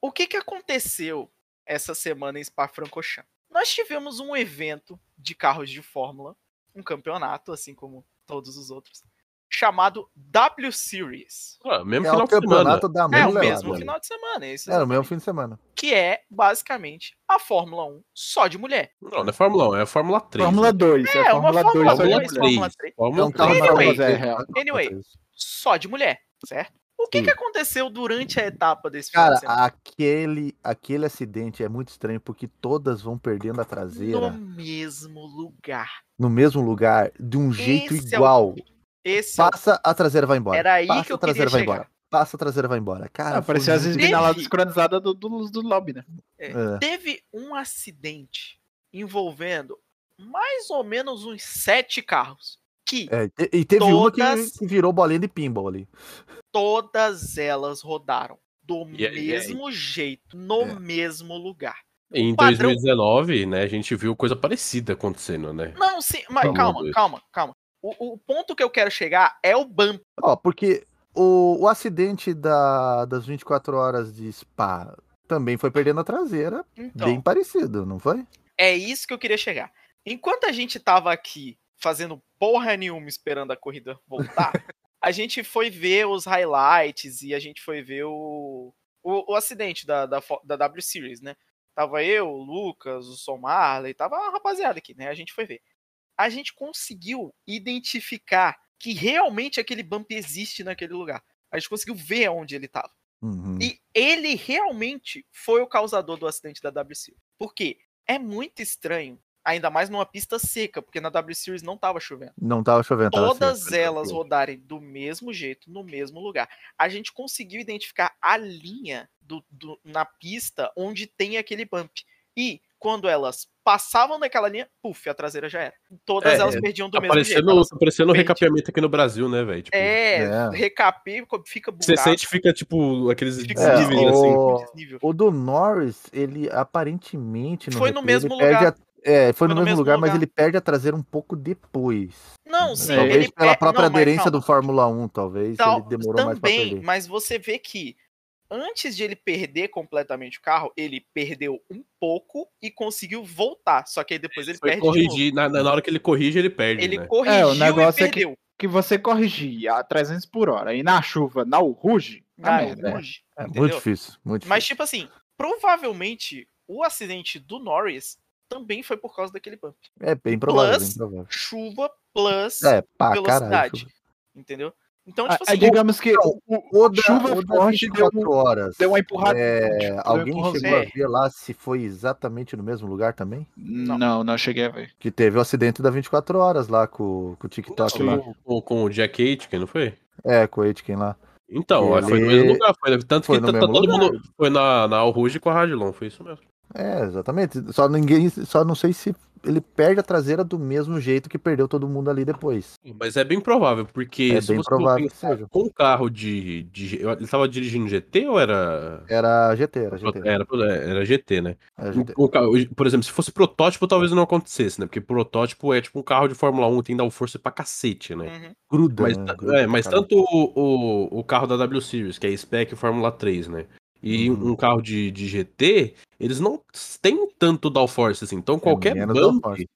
S5: O que, que aconteceu essa semana em Spa-Francorchamps? Nós tivemos um evento de carros de Fórmula, um campeonato, assim como todos os outros, chamado W Series.
S3: Ah, mesmo
S2: é
S3: final
S2: o
S3: de semana.
S2: campeonato da
S5: É o
S2: mulher.
S5: mesmo
S3: mano.
S5: final de semana, é isso
S2: Era um- o mesmo fim de semana.
S5: que é basicamente a Fórmula 1 só de mulher.
S3: Não, não é Fórmula 1, é Fórmula 3.
S4: Fórmula 2, é,
S5: É, uma
S4: Fórmula 2 só de
S5: Fórmula
S4: mulher.
S5: 2, Fórmula 3,
S3: Fórmula
S2: É um
S3: 3.
S2: carro
S5: Anyway,
S2: na Fórmula
S4: mas é
S2: zero.
S4: real.
S5: anyway, só de mulher, certo? O que,
S3: Sim.
S5: que aconteceu durante a etapa desse final
S2: Cara,
S5: de semana?
S2: aquele, aquele acidente é muito estranho porque todas vão perdendo a traseira
S5: No mesmo lugar.
S2: no mesmo lugar, de um jeito
S5: Esse é o-
S2: igual.
S5: Esse é o-
S2: Passa a traseira vai embora.
S5: era aí
S2: Passa
S5: que eu
S2: a traseira
S5: queria
S2: vai
S5: chegar.
S2: embora. Passa a traseira vai embora. Cara,
S4: Ah, parecia as
S2: foi muito-
S4: esguinalas
S5: Teve-
S4: descoronizadas do, do, do lobby, né?
S2: É.
S5: Teve um acidente envolvendo mais ou menos uns sete carros. Que
S2: É, e te- e teve uma que-
S5: Todas-
S2: que virou bolinha de pinball ali.
S5: todas elas rodaram do
S3: E é aí, e aí?
S5: mesmo jeito, no
S2: É.
S5: mesmo lugar.
S3: Em
S5: Padrão.
S3: 2019, né, a gente viu coisa parecida acontecendo, né?
S5: Não, sim, mas
S2: Tá
S3: Pelo
S5: calma,
S3: amor de
S5: calma, calma. O, o ponto que eu quero chegar é o bump.
S2: Ó, porque o, o acidente da, das 24 horas de Spa também foi perdendo a traseira,
S5: Então,
S2: bem parecido, não foi?
S5: é isso que eu queria chegar. Enquanto a gente tava aqui fazendo porra nenhuma esperando a corrida voltar, a gente foi ver os highlights e a gente foi ver o, o, o acidente da, da, fo- da W Series, né? Tava eu, o Lucas, o Somarley, tava a rapaziada aqui, né? A gente foi ver. A gente conseguiu identificar que realmente aquele bump existe naquele lugar. A gente conseguiu ver onde ele tava.
S2: Uhum.
S5: E ele realmente foi o causador do acidente da W Series. Por quê? É muito estranho, ainda mais numa pista seca, porque na W Series não tava chovendo.
S2: Não tava chovendo. tava
S5: Todas
S2: seco.
S5: elas rodarem do mesmo jeito, no mesmo lugar. A gente conseguiu identificar a linha do- do- na pista onde tem aquele bump. E quando elas passavam daquela linha, puf, a traseira já era. Todas
S3: É,
S5: elas perdiam do
S3: Tá
S5: mesmo jeito.
S3: parecendo,
S5: Elas-
S3: tá parecendo um
S5: perde.
S3: recapeamento aqui no Brasil, né, velho? Tipo,
S5: É,
S2: É.
S5: recapê, fica bugado.
S3: Você sente, fica tipo aqueles
S5: fica
S2: É,
S3: níveis assim.
S2: o-
S5: um desnível.
S2: O do Norris, ele aparentemente.
S5: Foi
S2: replay,
S5: no
S2: ele
S5: mesmo
S2: perde
S5: lugar.
S2: a- É, foi, no, mesmo, lugar, mas ele perde a traseira um pouco depois.
S5: Não, sim,
S4: Talvez
S5: ele
S2: Uhum. pela
S5: pe-
S2: própria
S5: não, mas
S2: aderência
S5: calma.
S2: do Fórmula 1, talvez.
S5: Tal-
S2: ele demorou mais pra
S5: também,
S2: perder.
S5: mas você vê que antes de ele perder completamente o carro, ele perdeu um pouco e conseguiu voltar. Só que aí depois ele,
S3: Foi
S5: perde de novo.
S3: corrigir, na, na hora que ele corrige, ele perde.
S5: Ele
S3: né?
S5: corrigiu
S4: É, o negócio
S5: e
S4: é que-
S5: perdeu.
S4: Que você corrigia a 300 por hora e na chuva, na urruge, na
S5: Ah,
S4: merda. é.
S5: longe,
S2: É
S5: entendeu?
S2: muito difícil, muito
S5: Mas,
S2: difícil.
S5: tipo assim, provavelmente o acidente do Norris também foi por causa daquele bump.
S2: É bem provável,
S5: plus-
S2: bem provável.
S5: Chuva plus
S2: É, pá, caralho.
S5: velocidade. Entendeu? Então,
S4: Ah,
S5: tipo assim,
S4: digamos que o, o-
S2: O da,
S4: chuva
S2: o da
S4: forte deu, um-
S2: 24 horas.
S4: deu uma empurrada.
S2: É,
S4: tipo, deu um
S2: alguém
S4: empurrãozinho.
S2: chegou a
S5: É.
S2: ver lá se foi exatamente no mesmo lugar também?
S4: Não. não, cheguei a ver.
S2: Que teve o acidente da 24 horas lá com, com o TikTok
S4: Não,
S2: lá.
S3: Com, com- com o Jack Aitken, não foi?
S2: É, com o Aitken lá.
S3: Então,
S2: Ele-
S3: foi no mesmo lugar. Foi, tanto
S2: foi
S3: que
S2: no
S3: tá, tá
S2: mesmo
S3: todo
S2: lugar.
S3: mundo. Foi na, na Al Rouge com a Radilon, foi isso mesmo.
S2: É, exatamente. Só ninguém. Só não sei se ele perde a traseira do mesmo jeito que perdeu todo mundo ali depois.
S3: Mas é bem provável, porque
S2: É
S3: se
S2: bem
S3: você for
S2: provável que
S3: pensar
S2: seja.
S3: com o carro de, de. Ele tava dirigindo GT ou era.
S2: Era GT, era GT.
S3: Era, era GT, né?
S2: Era
S3: O-
S2: GT.
S3: o carro- por exemplo, se fosse protótipo, talvez não acontecesse, né? Porque protótipo é tipo um carro de Fórmula 1 tem força pra cacete, né?
S5: uhum,
S2: Gruda.
S3: Mas,
S2: né?
S3: ta-
S2: Gruda
S3: é, mas
S2: pra caralho.
S3: tanto o, o, o carro da W Series, que é Spec e Fórmula 3, né? E
S2: Uhum.
S3: um carro de, de GT, eles não têm tanto downforce, assim. Então qualquer
S2: É, menos
S3: bump.
S2: downforce.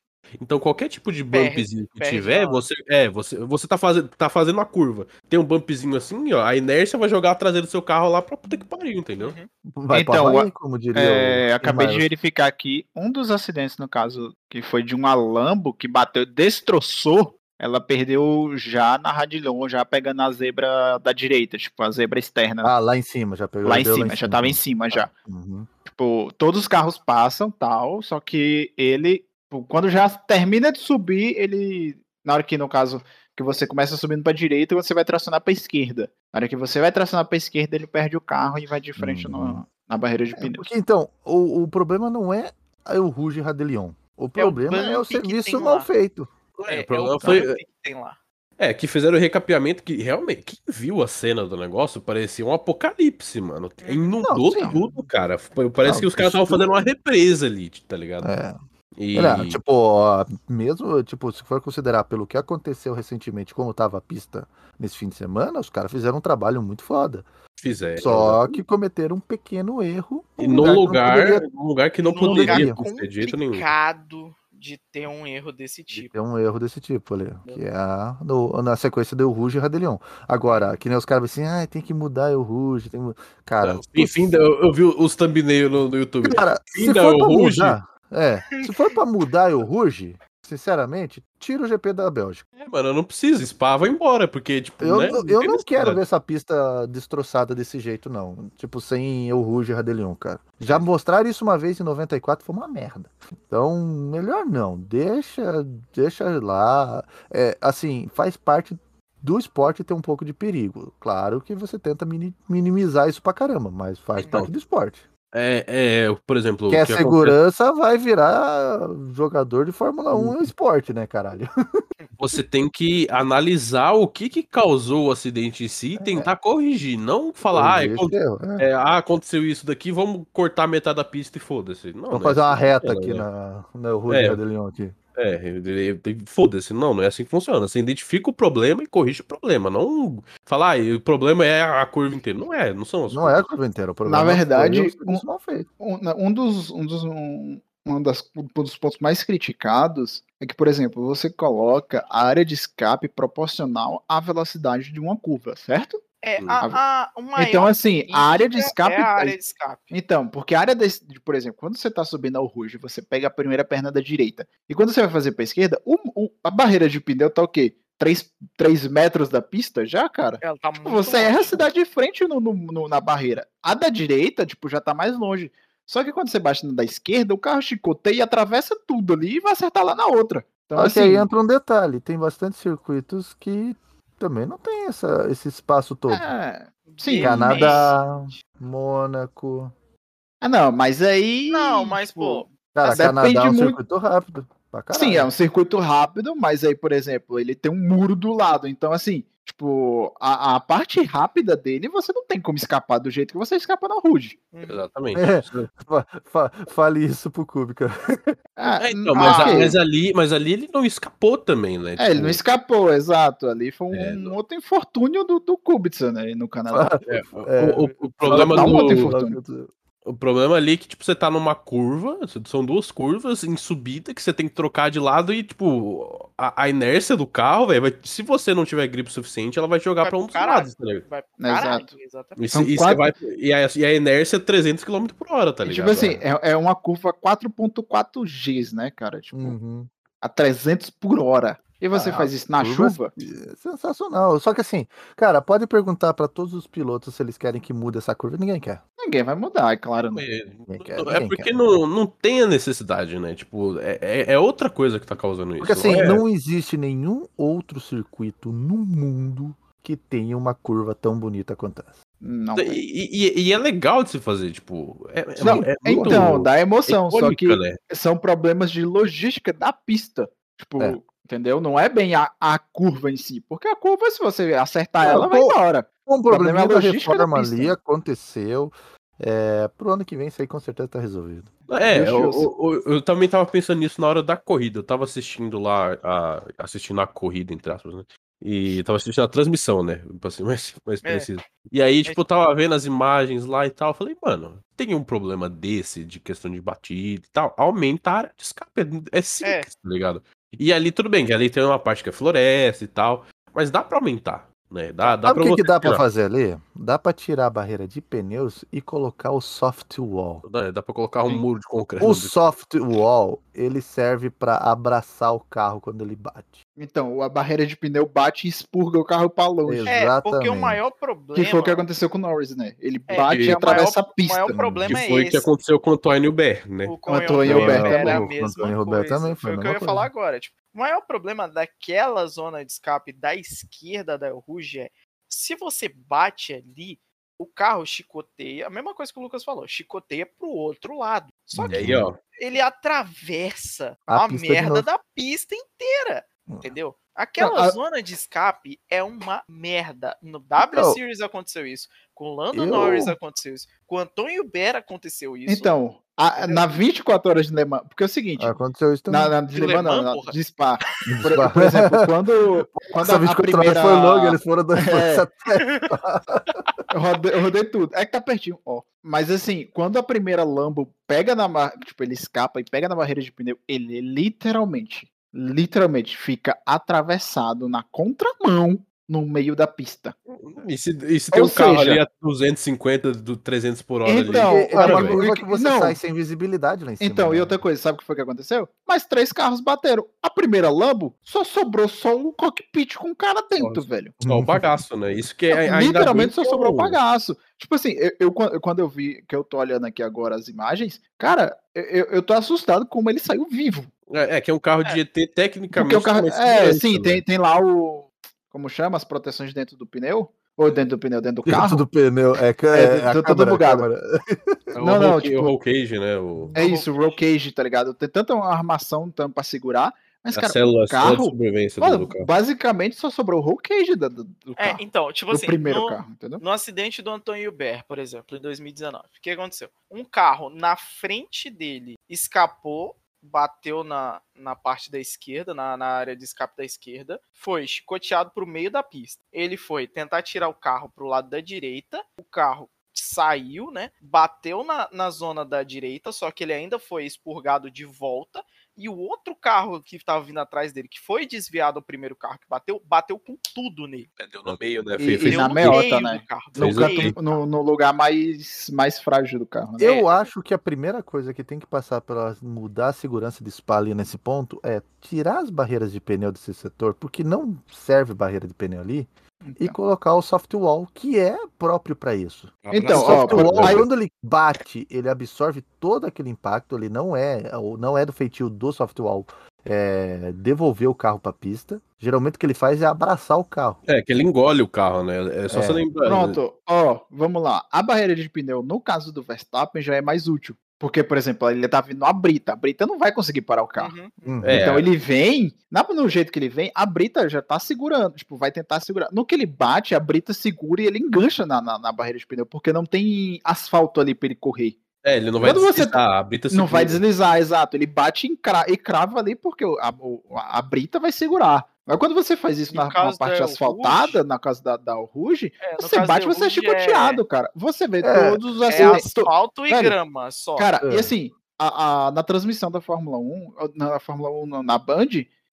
S3: Então qualquer tipo de
S5: Perde-
S3: bumpzinho que
S5: perde
S3: tiver,
S5: na-
S3: você. É, você, você tá, fazendo, tá fazendo uma curva. Tem um bumpzinho assim, ó. A inércia vai jogar a traseira do seu carro lá pra puta que pariu, entendeu?
S5: uhum.
S2: Vai pra
S4: Então,
S2: Havaí, como diria.
S4: É,
S2: o-
S4: acabei de
S2: Miles.
S4: verificar aqui um dos acidentes, no caso, que foi de uma Lambo que bateu, destroçou. Ela perdeu já na Radilon, já pegando a zebra da direita, tipo, a zebra externa.
S2: Ah, lá em cima, já pegou.
S4: lá em
S2: deu
S4: cima, já tava em cima já.
S2: Uhum.
S4: Tipo, todos os carros passam tal, só que ele, tipo, quando já termina de subir, ele. Na hora que, no caso, que você começa subindo pra direita, você vai tracionar pra esquerda. Na hora que você vai tracionar pra esquerda, ele perde o carro e vai de frente
S2: Uhum.
S4: no- na barreira de
S2: É,
S4: pneus.
S2: porque, então, o, o problema não é a El Ruge Radelion. O problema é o,
S5: bump que
S2: serviço
S5: tem
S2: mal
S5: lá.
S2: feito.
S3: É,
S5: É,
S3: o problema
S5: é o
S3: foi.
S5: bump que tem lá.
S3: É, que fizeram o recapeamento que realmente, quem viu a cena do negócio parecia um apocalipse, mano. Inundou
S4: Não, sim.
S3: tudo, cara. Foi- Parece
S2: Não,
S3: que os caras estavam
S2: destruiu.
S3: fazendo uma represa ali, tá ligado?
S2: É.
S3: E...
S2: Olha, tipo, ó, mesmo, tipo, se for considerar pelo que aconteceu recentemente, como tava a pista nesse fim de semana, os caras fizeram um trabalho muito foda.
S3: Fizeram.
S2: Só que cometeram um pequeno erro.
S3: É, E
S2: num
S3: no
S2: que não
S3: lugar,
S2: poderia
S3: num lugar que não
S5: Num
S3: poderia
S2: lugar é
S3: acontecer de jeito nenhum.
S5: complicado de ter um erro desse
S2: de
S5: tipo.
S2: ter um erro desse tipo ali, que é a- no- na sequência do El Rouge e Radelion. Agora, que nem os caras assim, ah, tem que mudar El Rouge, tem que mu-". Cara,
S3: Enfim, eu, eu vi os thumbnails no, no YouTube.
S2: cara, se
S3: ainda
S2: for
S3: El
S2: pra
S3: Rouge?
S2: mudar, é, se for pra mudar El Rouge, sinceramente, tira o GP da Bélgica.
S3: É, mano, eu não preciso. Spa vai embora, porque, tipo,
S2: Eu,
S3: né,
S2: eu- eu
S3: tem
S2: não quero
S3: necessidade.
S2: ver essa pista destroçada desse jeito, não. Tipo, sem El Rouge e Radelion, cara. Já mostraram isso uma vez em 94, foi uma merda. Então, melhor não. Deixa, deixa lá. É, assim, faz parte do esporte ter um pouco de perigo. Claro que você tenta mini- minimizar isso pra caramba, mas faz
S5: Não.
S2: parte do esporte.
S3: É, é, por exemplo... Então,
S2: Quer
S3: o que
S2: segurança, vai virar jogador de Fórmula 1 é esporte, né, caralho?
S3: Você tem que analisar o que, que causou o acidente em si e tentar corrigir, não falar, ah, é,
S2: Esse erro, é.
S3: é, ah, aconteceu isso daqui, vamos cortar metade da pista e foda-se. Não,
S2: Vamos
S3: não é
S2: fazer uma
S3: assim que
S2: reta
S3: funciona,
S2: aqui
S3: né?
S2: na, na El Rouge
S3: É.
S2: e Radelion aqui.
S3: É, ele- ele- foda-se, não, não é assim que funciona. Você identifica o problema e corrige o problema, não falar, ah, o problema é a curva inteira. Não é, não são as
S2: Não
S3: curvas.
S2: é a curva inteira, o problema
S4: Na verdade,
S2: foi o serviço mal feito.
S4: um, na- um dos um dos um, um das- um dos pontos mais criticados é que, por exemplo, você coloca a área de escape proporcional à velocidade de uma curva, certo?
S5: É,
S3: Hum.
S5: a, a, o maior
S4: então, assim, a área de
S5: índice
S4: escape.
S5: É a área de escape.
S4: Então, porque a área desse, de- por exemplo, quando você está subindo ao Rouge, você pega a primeira perna da direita. E quando você vai fazer para esquerda, o, o- a barreira de pneu tá o quê? 3, metros da pista já, cara?
S5: Ela tá muito
S4: Você
S5: longe.
S4: erra se dá de frente no- no- no- na barreira. A da direita, tipo, já tá mais longe. Só que quando você bate na da esquerda, o carro chicoteia e atravessa tudo ali e vai acertar lá na outra. Então,
S2: Só que aí
S4: assim,
S2: entra um detalhe, tem bastante circuitos que também não tem essa- esse espaço todo.
S3: Ah,
S4: é... Sim,
S5: Deus
S2: Canadá, Mônaco.
S4: Ah, não, mas aí.
S5: me- Não, mas, pô,
S3: Ah,
S4: tipo,
S2: Cara,
S4: Mas
S2: Canadá é um
S4: depende muito-
S2: circuito rápido. Pra caralho.
S4: Sim, é um circuito rápido, mas aí, por exemplo, ele tem um muro do lado. Então, assim, tipo, a, a parte rápida dele você não tem como escapar do jeito que você escapa na Rude.
S3: Exatamente.
S2: É. Fa- fa- Fale isso pro Kubica.
S4: Ah,
S3: É, então, mas,
S4: ok.
S3: mas ali, mas ali ele não escapou também, né?
S4: É, ele não escapou, exato. Ali foi um,
S3: É,
S4: um outro infortúnio do, do Kubica, né, no Canadá.
S3: É, o-
S2: É.
S3: o, o problema
S4: Dá um uma
S3: do-
S4: outra infortúnio.
S3: o problema ali é que tipo, você tá numa curva, são duas curvas em subida que você tem que trocar de lado e, tipo, a, a inércia do carro, velho, vai- se você não tiver grip suficiente, ela vai jogar
S5: Vai
S3: pra um
S5: pro
S3: dos
S5: caralho.
S3: lados, tá ligado?
S5: vai pro
S4: Exato.
S5: caralho, é, exatamente.
S3: E, se-
S4: São
S3: e você
S4: quatro-
S3: vai, e, a, e a inércia é 300 km por hora, tá
S4: E,
S3: ligado?
S4: tipo assim, é, é uma curva 4.4 Gs, né, cara? Tipo,
S2: Uhum.
S4: a 300 por hora. E você
S2: Ah,
S4: faz isso na
S2: curvas-
S4: chuva?
S2: É Sensacional. Só que assim, cara, pode perguntar pra todos os pilotos se eles querem que mude essa curva. Ninguém quer.
S4: Ninguém vai mudar, é claro. Não.
S3: É,
S2: quer,
S3: não-
S2: ninguém
S3: é porque
S2: quer.
S3: não, não tem a necessidade, né? Tipo, é, é- é outra coisa que tá causando isso.
S2: Porque assim,
S3: é-
S2: não existe nenhum outro circuito no mundo que tenha uma curva tão bonita quanto essa.
S4: não
S3: E, e- e é legal de se fazer, tipo. É, é-
S4: Não,
S3: é muito
S4: então, dá emoção, só
S3: icônica,
S4: que
S3: né?
S4: são problemas de logística da pista. Tipo,
S2: É.
S4: entendeu? Não é bem a, a curva em si, porque a curva, se você acertar
S2: Não,
S4: ela, vai
S2: pô,
S4: embora.
S2: Um probleminha
S4: problema é a
S2: da
S4: logística da
S2: reforma
S4: pista,
S2: ali
S4: né?
S2: aconteceu. É, pro ano que vem isso aí com certeza tá resolvido.
S3: É,
S4: Deixa eu-
S3: eu, eu- eu também tava pensando nisso na hora da corrida. Eu tava assistindo lá, a- assistindo a corrida, entre aspas, né? E tava assistindo a transmissão, né? Pra ser mais, mais
S5: É.
S3: preciso. E aí, tipo, eu tava vendo as imagens lá e tal. eu Falei, mano, tem um problema desse de questão de batida e tal. Aumenta a área de escape. é- É simples, tá ligado? E ali, tudo bem, que ali tem uma parte que é floresta e tal. Mas dá pra aumentar, né? Dá, dá
S2: Sabe
S3: pra
S2: o que, que
S3: você
S2: dá pra
S3: tirar.
S2: fazer ali? Dá pra tirar a barreira de pneus e colocar o soft wall.
S3: Dá, dá pra colocar um
S4: Sim.
S3: muro de concreto.
S2: O soft wall, ele serve pra abraçar o carro quando ele bate.
S4: Então, a barreira de pneu bate e expurga o carro pra longe.
S2: Exato.
S5: É, porque o
S2: Exatamente.
S5: maior problema.
S4: Que foi o que aconteceu com o Norris, né? Ele
S5: É,
S4: bate
S3: e
S4: e
S3: o
S4: atravessa
S5: maior-
S4: a
S5: o
S4: pista. né?
S5: maior problema
S3: que
S5: é
S3: foi o
S5: esse.
S3: que aconteceu com o Antônio Ber, né?
S5: O
S4: Antônio Roberto
S5: era a
S2: também.
S5: mesma
S2: Antônio Roberto
S5: coisa.
S2: também foi a
S5: o que eu
S2: mesma
S5: ia
S2: coisa.
S5: falar agora. Tipo, o maior problema daquela zona de escape da esquerda da El Rouge é se você bate ali, o carro chicoteia. A mesma coisa que o Lucas falou, chicoteia pro outro lado. Só
S3: E
S5: que
S3: aí, ó.
S5: ele atravessa
S2: A
S5: a,
S2: pista de
S5: merda
S2: novo.
S5: da pista inteira. Entendeu? Aquela
S2: Não, a-
S5: zona de escape é uma merda. No W
S2: Não.
S5: Series aconteceu isso. Com o Lando
S2: Então, Eu-
S5: Norris aconteceu isso. Com o Antônio Bera aconteceu isso. é
S4: Então, a- a- na 24 horas de Le Mans, porque é o seguinte,
S2: Aconteceu isso também.
S4: na, na de
S5: Então, De
S4: Le
S5: Le
S4: Mans, não,
S5: Mans,
S4: na-
S5: porra.
S4: de Spa. Por,
S2: Spa.
S4: por exemplo, quando, quando
S2: Essa
S4: a, a
S2: 24
S4: primeira...
S2: horas foi longa, eles foram dois
S4: É.
S2: até
S4: Eu rodei, eu rodei tudo. É que tá pertinho, ó. Mas assim, quando a primeira Lambo pega na barreira, tipo, ele escapa e pega na barreira de pneu, ele literalmente, literalmente fica atravessado na contramão no meio da pista.
S3: E se, e se tem
S4: Ou
S3: um carro
S4: seja-
S3: ali a 250, do 300 por hora
S4: Então,
S3: ali?
S2: É, é
S4: Cara,
S2: uma
S4: velho.
S2: curva que você
S4: Não.
S2: sai sem visibilidade lá em cima.
S4: então, e
S2: né?
S4: outra coisa, sabe o que foi que aconteceu? Mas três carros bateram. A primeira Lambo só sobrou só o cockpit com o cara dentro,
S3: Nossa.
S4: velho.
S3: Só o bagaço, né? Isso que é ainda bem
S4: Literalmente só
S3: que é
S4: sobrou
S3: o-
S4: o bagaço. Tipo assim, eu, eu quan- eu- quando eu vi que eu tô olhando aqui agora as imagens, cara, eu- eu, eu tô assustado como ele saiu vivo.
S3: É, é que é um carro de
S5: É.
S3: GT tecnicamente.
S4: Porque o carro.
S3: tem mais
S4: É,
S3: segurança,
S4: sim,
S3: né?
S4: tem, tem lá o. Como chama? As proteções dentro do pneu? Ou dentro do pneu, dentro do
S2: Dentro
S4: carro?
S2: do pneu. É, que-
S4: É,
S2: é, a
S4: tô todo
S2: câmera, a
S4: bugado.
S2: câmera.
S3: É o
S4: Não, não,
S3: roll ca-
S4: tipo-
S3: o roll cage, né? O...
S4: É isso, o roll cage, tá ligado? Tem tanta armação tam, pra segurar, mas,
S3: a
S4: cara,
S3: célula, a célula de
S4: carro-
S3: sobrevivência Tá do-
S4: mano,
S3: do carro.
S4: basicamente só sobrou o roll cage da- do, do
S5: É,
S4: carro.
S5: então, tipo
S4: do
S5: assim,
S4: Tá. primeiro
S5: no,
S4: carro, entendeu?
S5: no acidente do Antônio Ber, por exemplo, em 2019, o que aconteceu? Um carro na frente dele escapou, bateu na, na parte da esquerda, na, na área de escape da esquerda, foi chicoteado pro meio da pista. Ele foi tentar tirar o carro pro lado da direita, o carro saiu, né? Bateu na, na zona da direita, só que ele ainda foi expurgado de volta. E o outro carro que estava vindo atrás dele, que foi desviado ao primeiro carro que bateu, bateu com tudo nele.
S3: É, Deu no meio, né?
S4: E-
S3: Fe-
S4: e
S3: fez-
S5: Deu
S4: na
S5: no
S4: meiota,
S5: meio
S4: né?
S5: do carro,
S4: No,
S3: Fez
S5: no
S3: o
S5: meio.
S3: quê?
S4: canto, no, no lugar mais, mais frágil do carro. Né?
S2: Eu acho que a primeira coisa que tem que passar para mudar a segurança de spa ali nesse ponto é tirar as barreiras de pneu desse setor, porque não serve barreira de pneu ali, e colocar o soft wall, que é próprio para isso.
S4: Então,
S2: O
S4: ó,
S2: soft
S4: por-
S2: wall,
S4: aí-
S2: quando ele bate, ele absorve todo aquele impacto, ele não é, ou não é do feitio do soft wall é, devolver o carro para pista. Geralmente o que ele faz é abraçar o carro.
S3: É, que ele engole o carro, né? É só
S2: É,
S3: você lembrar. né?
S4: Pronto, ó, vamos lá. A barreira de pneu, no caso do Verstappen, já é mais útil. Porque, por exemplo, ele tá vindo a Brita. A Brita não vai conseguir parar o carro.
S5: Uhum.
S3: É.
S4: Então ele vem, na- no jeito que ele vem, a Brita já tá segurando, tipo, vai tentar segurar. No que ele bate, a Brita segura e ele engancha na, na, na barreira de pneu, porque não tem asfalto ali pra ele correr.
S3: É, ele não vai
S4: Quando você-
S3: deslizar. a brita
S4: Não
S3: segura.
S4: vai deslizar, exato. Ele bate e, cra- e crava ali, porque o- a, o- a Brita vai segurar. Mas quando você faz isso
S5: No
S4: na, na
S5: caso
S4: parte
S5: da
S4: asfaltada,
S5: Ruge-
S4: na casa da, da Ruge,
S5: É, no
S4: você
S5: caso
S4: bate,
S5: da
S4: você é
S5: Yahoo, é-
S4: chicoteado, cara. Você vê
S2: É,
S4: todos os
S5: É,
S4: acidentes. to-
S5: asfalto e
S4: né? velho,
S5: grama só.
S4: Cara, e
S2: É.
S4: assim, a- a- na transmissão da Fórmula 1, ou na Fórmula 1 não, na Band,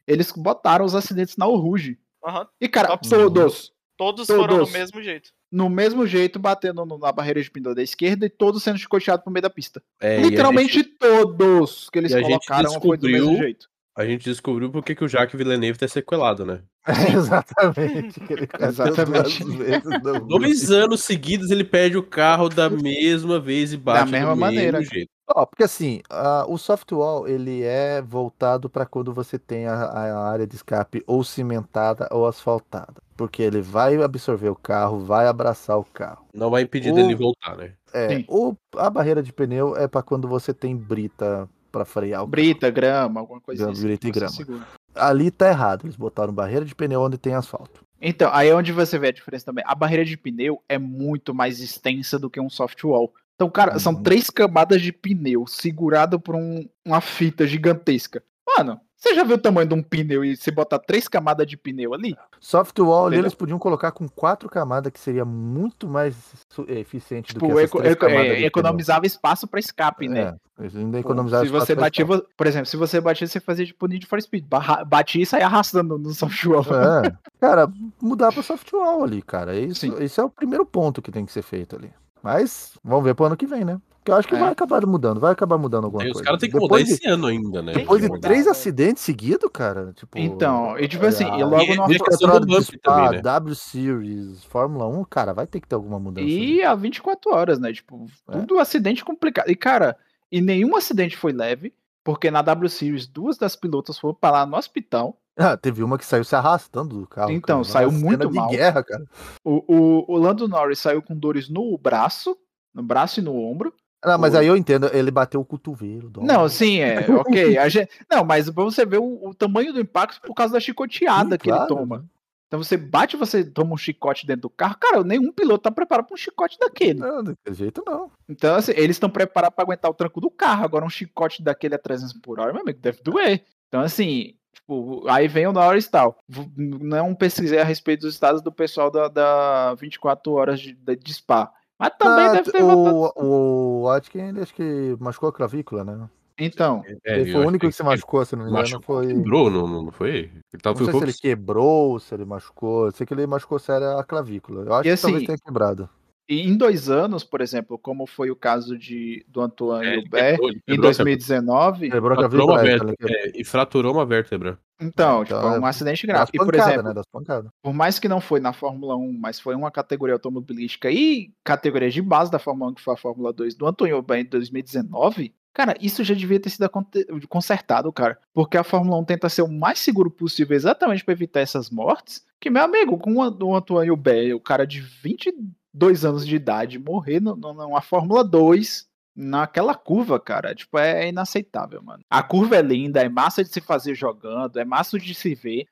S4: eles botaram os acidentes na Ruge.
S5: Aham,
S4: E, cara,
S5: Top.
S4: todos,
S5: Todos
S4: Todos.
S5: foram do mesmo jeito.
S4: no mesmo jeito, batendo no- na barreira de pneu da esquerda e todos sendo chicoteados pro meio da pista.
S3: É, e a gente-
S4: Literalmente todos que eles
S3: e a gente
S4: colocaram foi do mesmo
S3: descobriu-
S4: jeito.
S3: A gente descobriu por que que o Jacques Villeneuve tá sequelado, né?
S2: Exatamente. que ele faz
S4: Exatamente.
S2: duas vezes, não-
S3: Dois anos seguidos ele perde o carro da mesma vez e bate
S4: mesma
S3: do mesmo
S4: maneira.
S3: jeito.
S2: Ó, porque assim, a- o softwall ele é voltado para quando você tem a, a área de escape ou cimentada ou asfaltada, porque ele vai absorver o carro, vai abraçar o carro.
S3: Não vai impedir
S2: O-
S3: dele voltar, né?
S2: É,
S4: Sim.
S2: ou a barreira de pneu é para quando você tem brita para frear o
S4: Brita, grama, alguma coisa
S2: Grama,
S4: assim.
S2: brita e
S4: você
S2: grama.
S4: segura.
S2: carro. Ali tá errado, eles botaram barreira de pneu onde tem asfalto.
S4: Então, aí é onde você vê a diferença também. A barreira de pneu é muito mais extensa do que um soft wall. Então, cara, são
S2: Uhum.
S4: três camadas de pneu segurado por um- uma fita gigantesca. Mano, você já viu o tamanho de um pneu e você botar três camadas de pneu ali?
S2: Softwall ali
S4: Entendeu?
S2: eles podiam colocar com quatro camadas que seria muito mais su- eficiente do
S4: Tipo,
S2: que essas
S4: eco-
S2: três
S4: eco- é,
S2: camadas de pneu.
S4: economizava espaço pra escape, né?
S2: É, eles ainda
S4: Pô,
S2: economizaram
S4: se você
S2: espaço pra
S4: batia, vo- por exemplo, se você batia, você fazia tipo Need for Speed, barra- batia e saia arrastando no soft wall.
S2: É, cara, mudar pra softwall ali, cara. Isso,
S4: Sim.
S2: isso é o primeiro ponto que tem que ser feito ali. Mas vamos ver pro ano que vem, né? Porque eu acho que
S4: É.
S2: vai acabar mudando, vai acabar mudando alguma
S3: Aí os
S2: coisa.
S3: caras têm que mudar
S2: depois de,
S3: esse ano ainda, né?
S5: Tem
S2: depois
S5: que
S2: de
S5: mudar,
S2: três
S5: né?
S2: acidentes seguidos, cara. Tipo,
S4: Então, e tipo assim,
S2: a-
S4: e logo
S3: E-
S4: no
S3: e a
S2: a
S3: questão do
S2: temporada de
S3: bump
S2: Spa,
S3: também, né?
S2: W Series, Fórmula 1, cara, vai ter que ter alguma mudança.
S4: E a 24 horas, né? Tipo,
S2: É.
S4: tudo acidente complicado. E, cara, e nenhum acidente foi leve, porque na W Series duas das pilotas foram parar no hospital.
S2: Ah, teve uma que saiu se arrastando do carro.
S4: Então,
S2: cara.
S4: saiu
S2: Uma cena
S4: muito
S2: de
S4: mal.
S2: guerra, cara.
S4: O, o, o Lando Norris saiu com dores no braço, no braço e no ombro.
S2: Não, Ah, mas aí eu entendo, ele bateu o cotovelo. dó.
S4: Não, sim, é, ok. A gente- não, mas pra você ver o, o tamanho do impacto por causa da chicoteada
S2: Sim,
S4: que
S2: claro.
S4: ele toma. Então você bate, você toma um chicote dentro do carro. Cara, nenhum piloto tá preparado pra um chicote daquele.
S2: Não, Ah, daquele jeito não.
S4: Então, assim, eles estão preparados pra aguentar o tranco do carro. Agora, um chicote daquele a 300 por hora, meu amigo, deve doer. Então, assim, tipo, aí vem o Norris e tal. V- Não é um pesquisei a respeito dos estados do pessoal da, da 24 horas de, da- de spa. Mas também
S2: Ah,
S4: deve ter voltado.
S2: o, o Atkins, ele acho que machucou a clavícula, né?
S4: Então,
S3: É,
S2: ele foi
S3: eu
S2: o
S3: acho
S2: único que se
S3: ele
S2: machucou, se não me engano.
S3: machucou,
S2: foi...
S3: Quebrou, não, não foi? Ele tá tava
S2: Não sei se
S3: foi
S2: ele quebrou, se ele machucou. Eu sei que ele machucou sério a clavícula. Eu acho
S4: E
S2: que talvez
S4: assim,
S2: tenha quebrado.
S4: E em dois anos, por exemplo, como foi o caso de, do Antoine
S3: É, ele
S4: Hubert
S3: quebrou, ele
S4: em
S3: quebrou a cabeça.
S4: 2019,
S2: Quebrou a
S3: Fraturou uma
S2: clavícula. é,
S3: vértebra,
S2: ele quebrou.
S3: é, e fraturou uma vértebra.
S4: então,
S2: Então,
S4: tipo, é um
S2: é-
S4: acidente grave.
S2: Das
S4: E, por
S2: pancadas,
S4: exemplo,
S2: né? Das pancadas.
S4: por mais que não foi na Fórmula 1, mas foi uma categoria automobilística e categoria de base da Fórmula 1, que foi a Fórmula 2 do Antônio Hubert em 2019, cara, isso já devia ter sido aconte- consertado, cara. Porque a Fórmula 1 tenta ser o mais seguro possível exatamente para evitar essas mortes. Que, meu amigo, com o An- o Antônio Hubert, o cara de 22 anos de idade, morrer no- no- numa Fórmula 2. Naquela curva, cara, tipo, é inaceitável, mano. A curva é linda, é massa de se fazer jogando, é massa de se ver,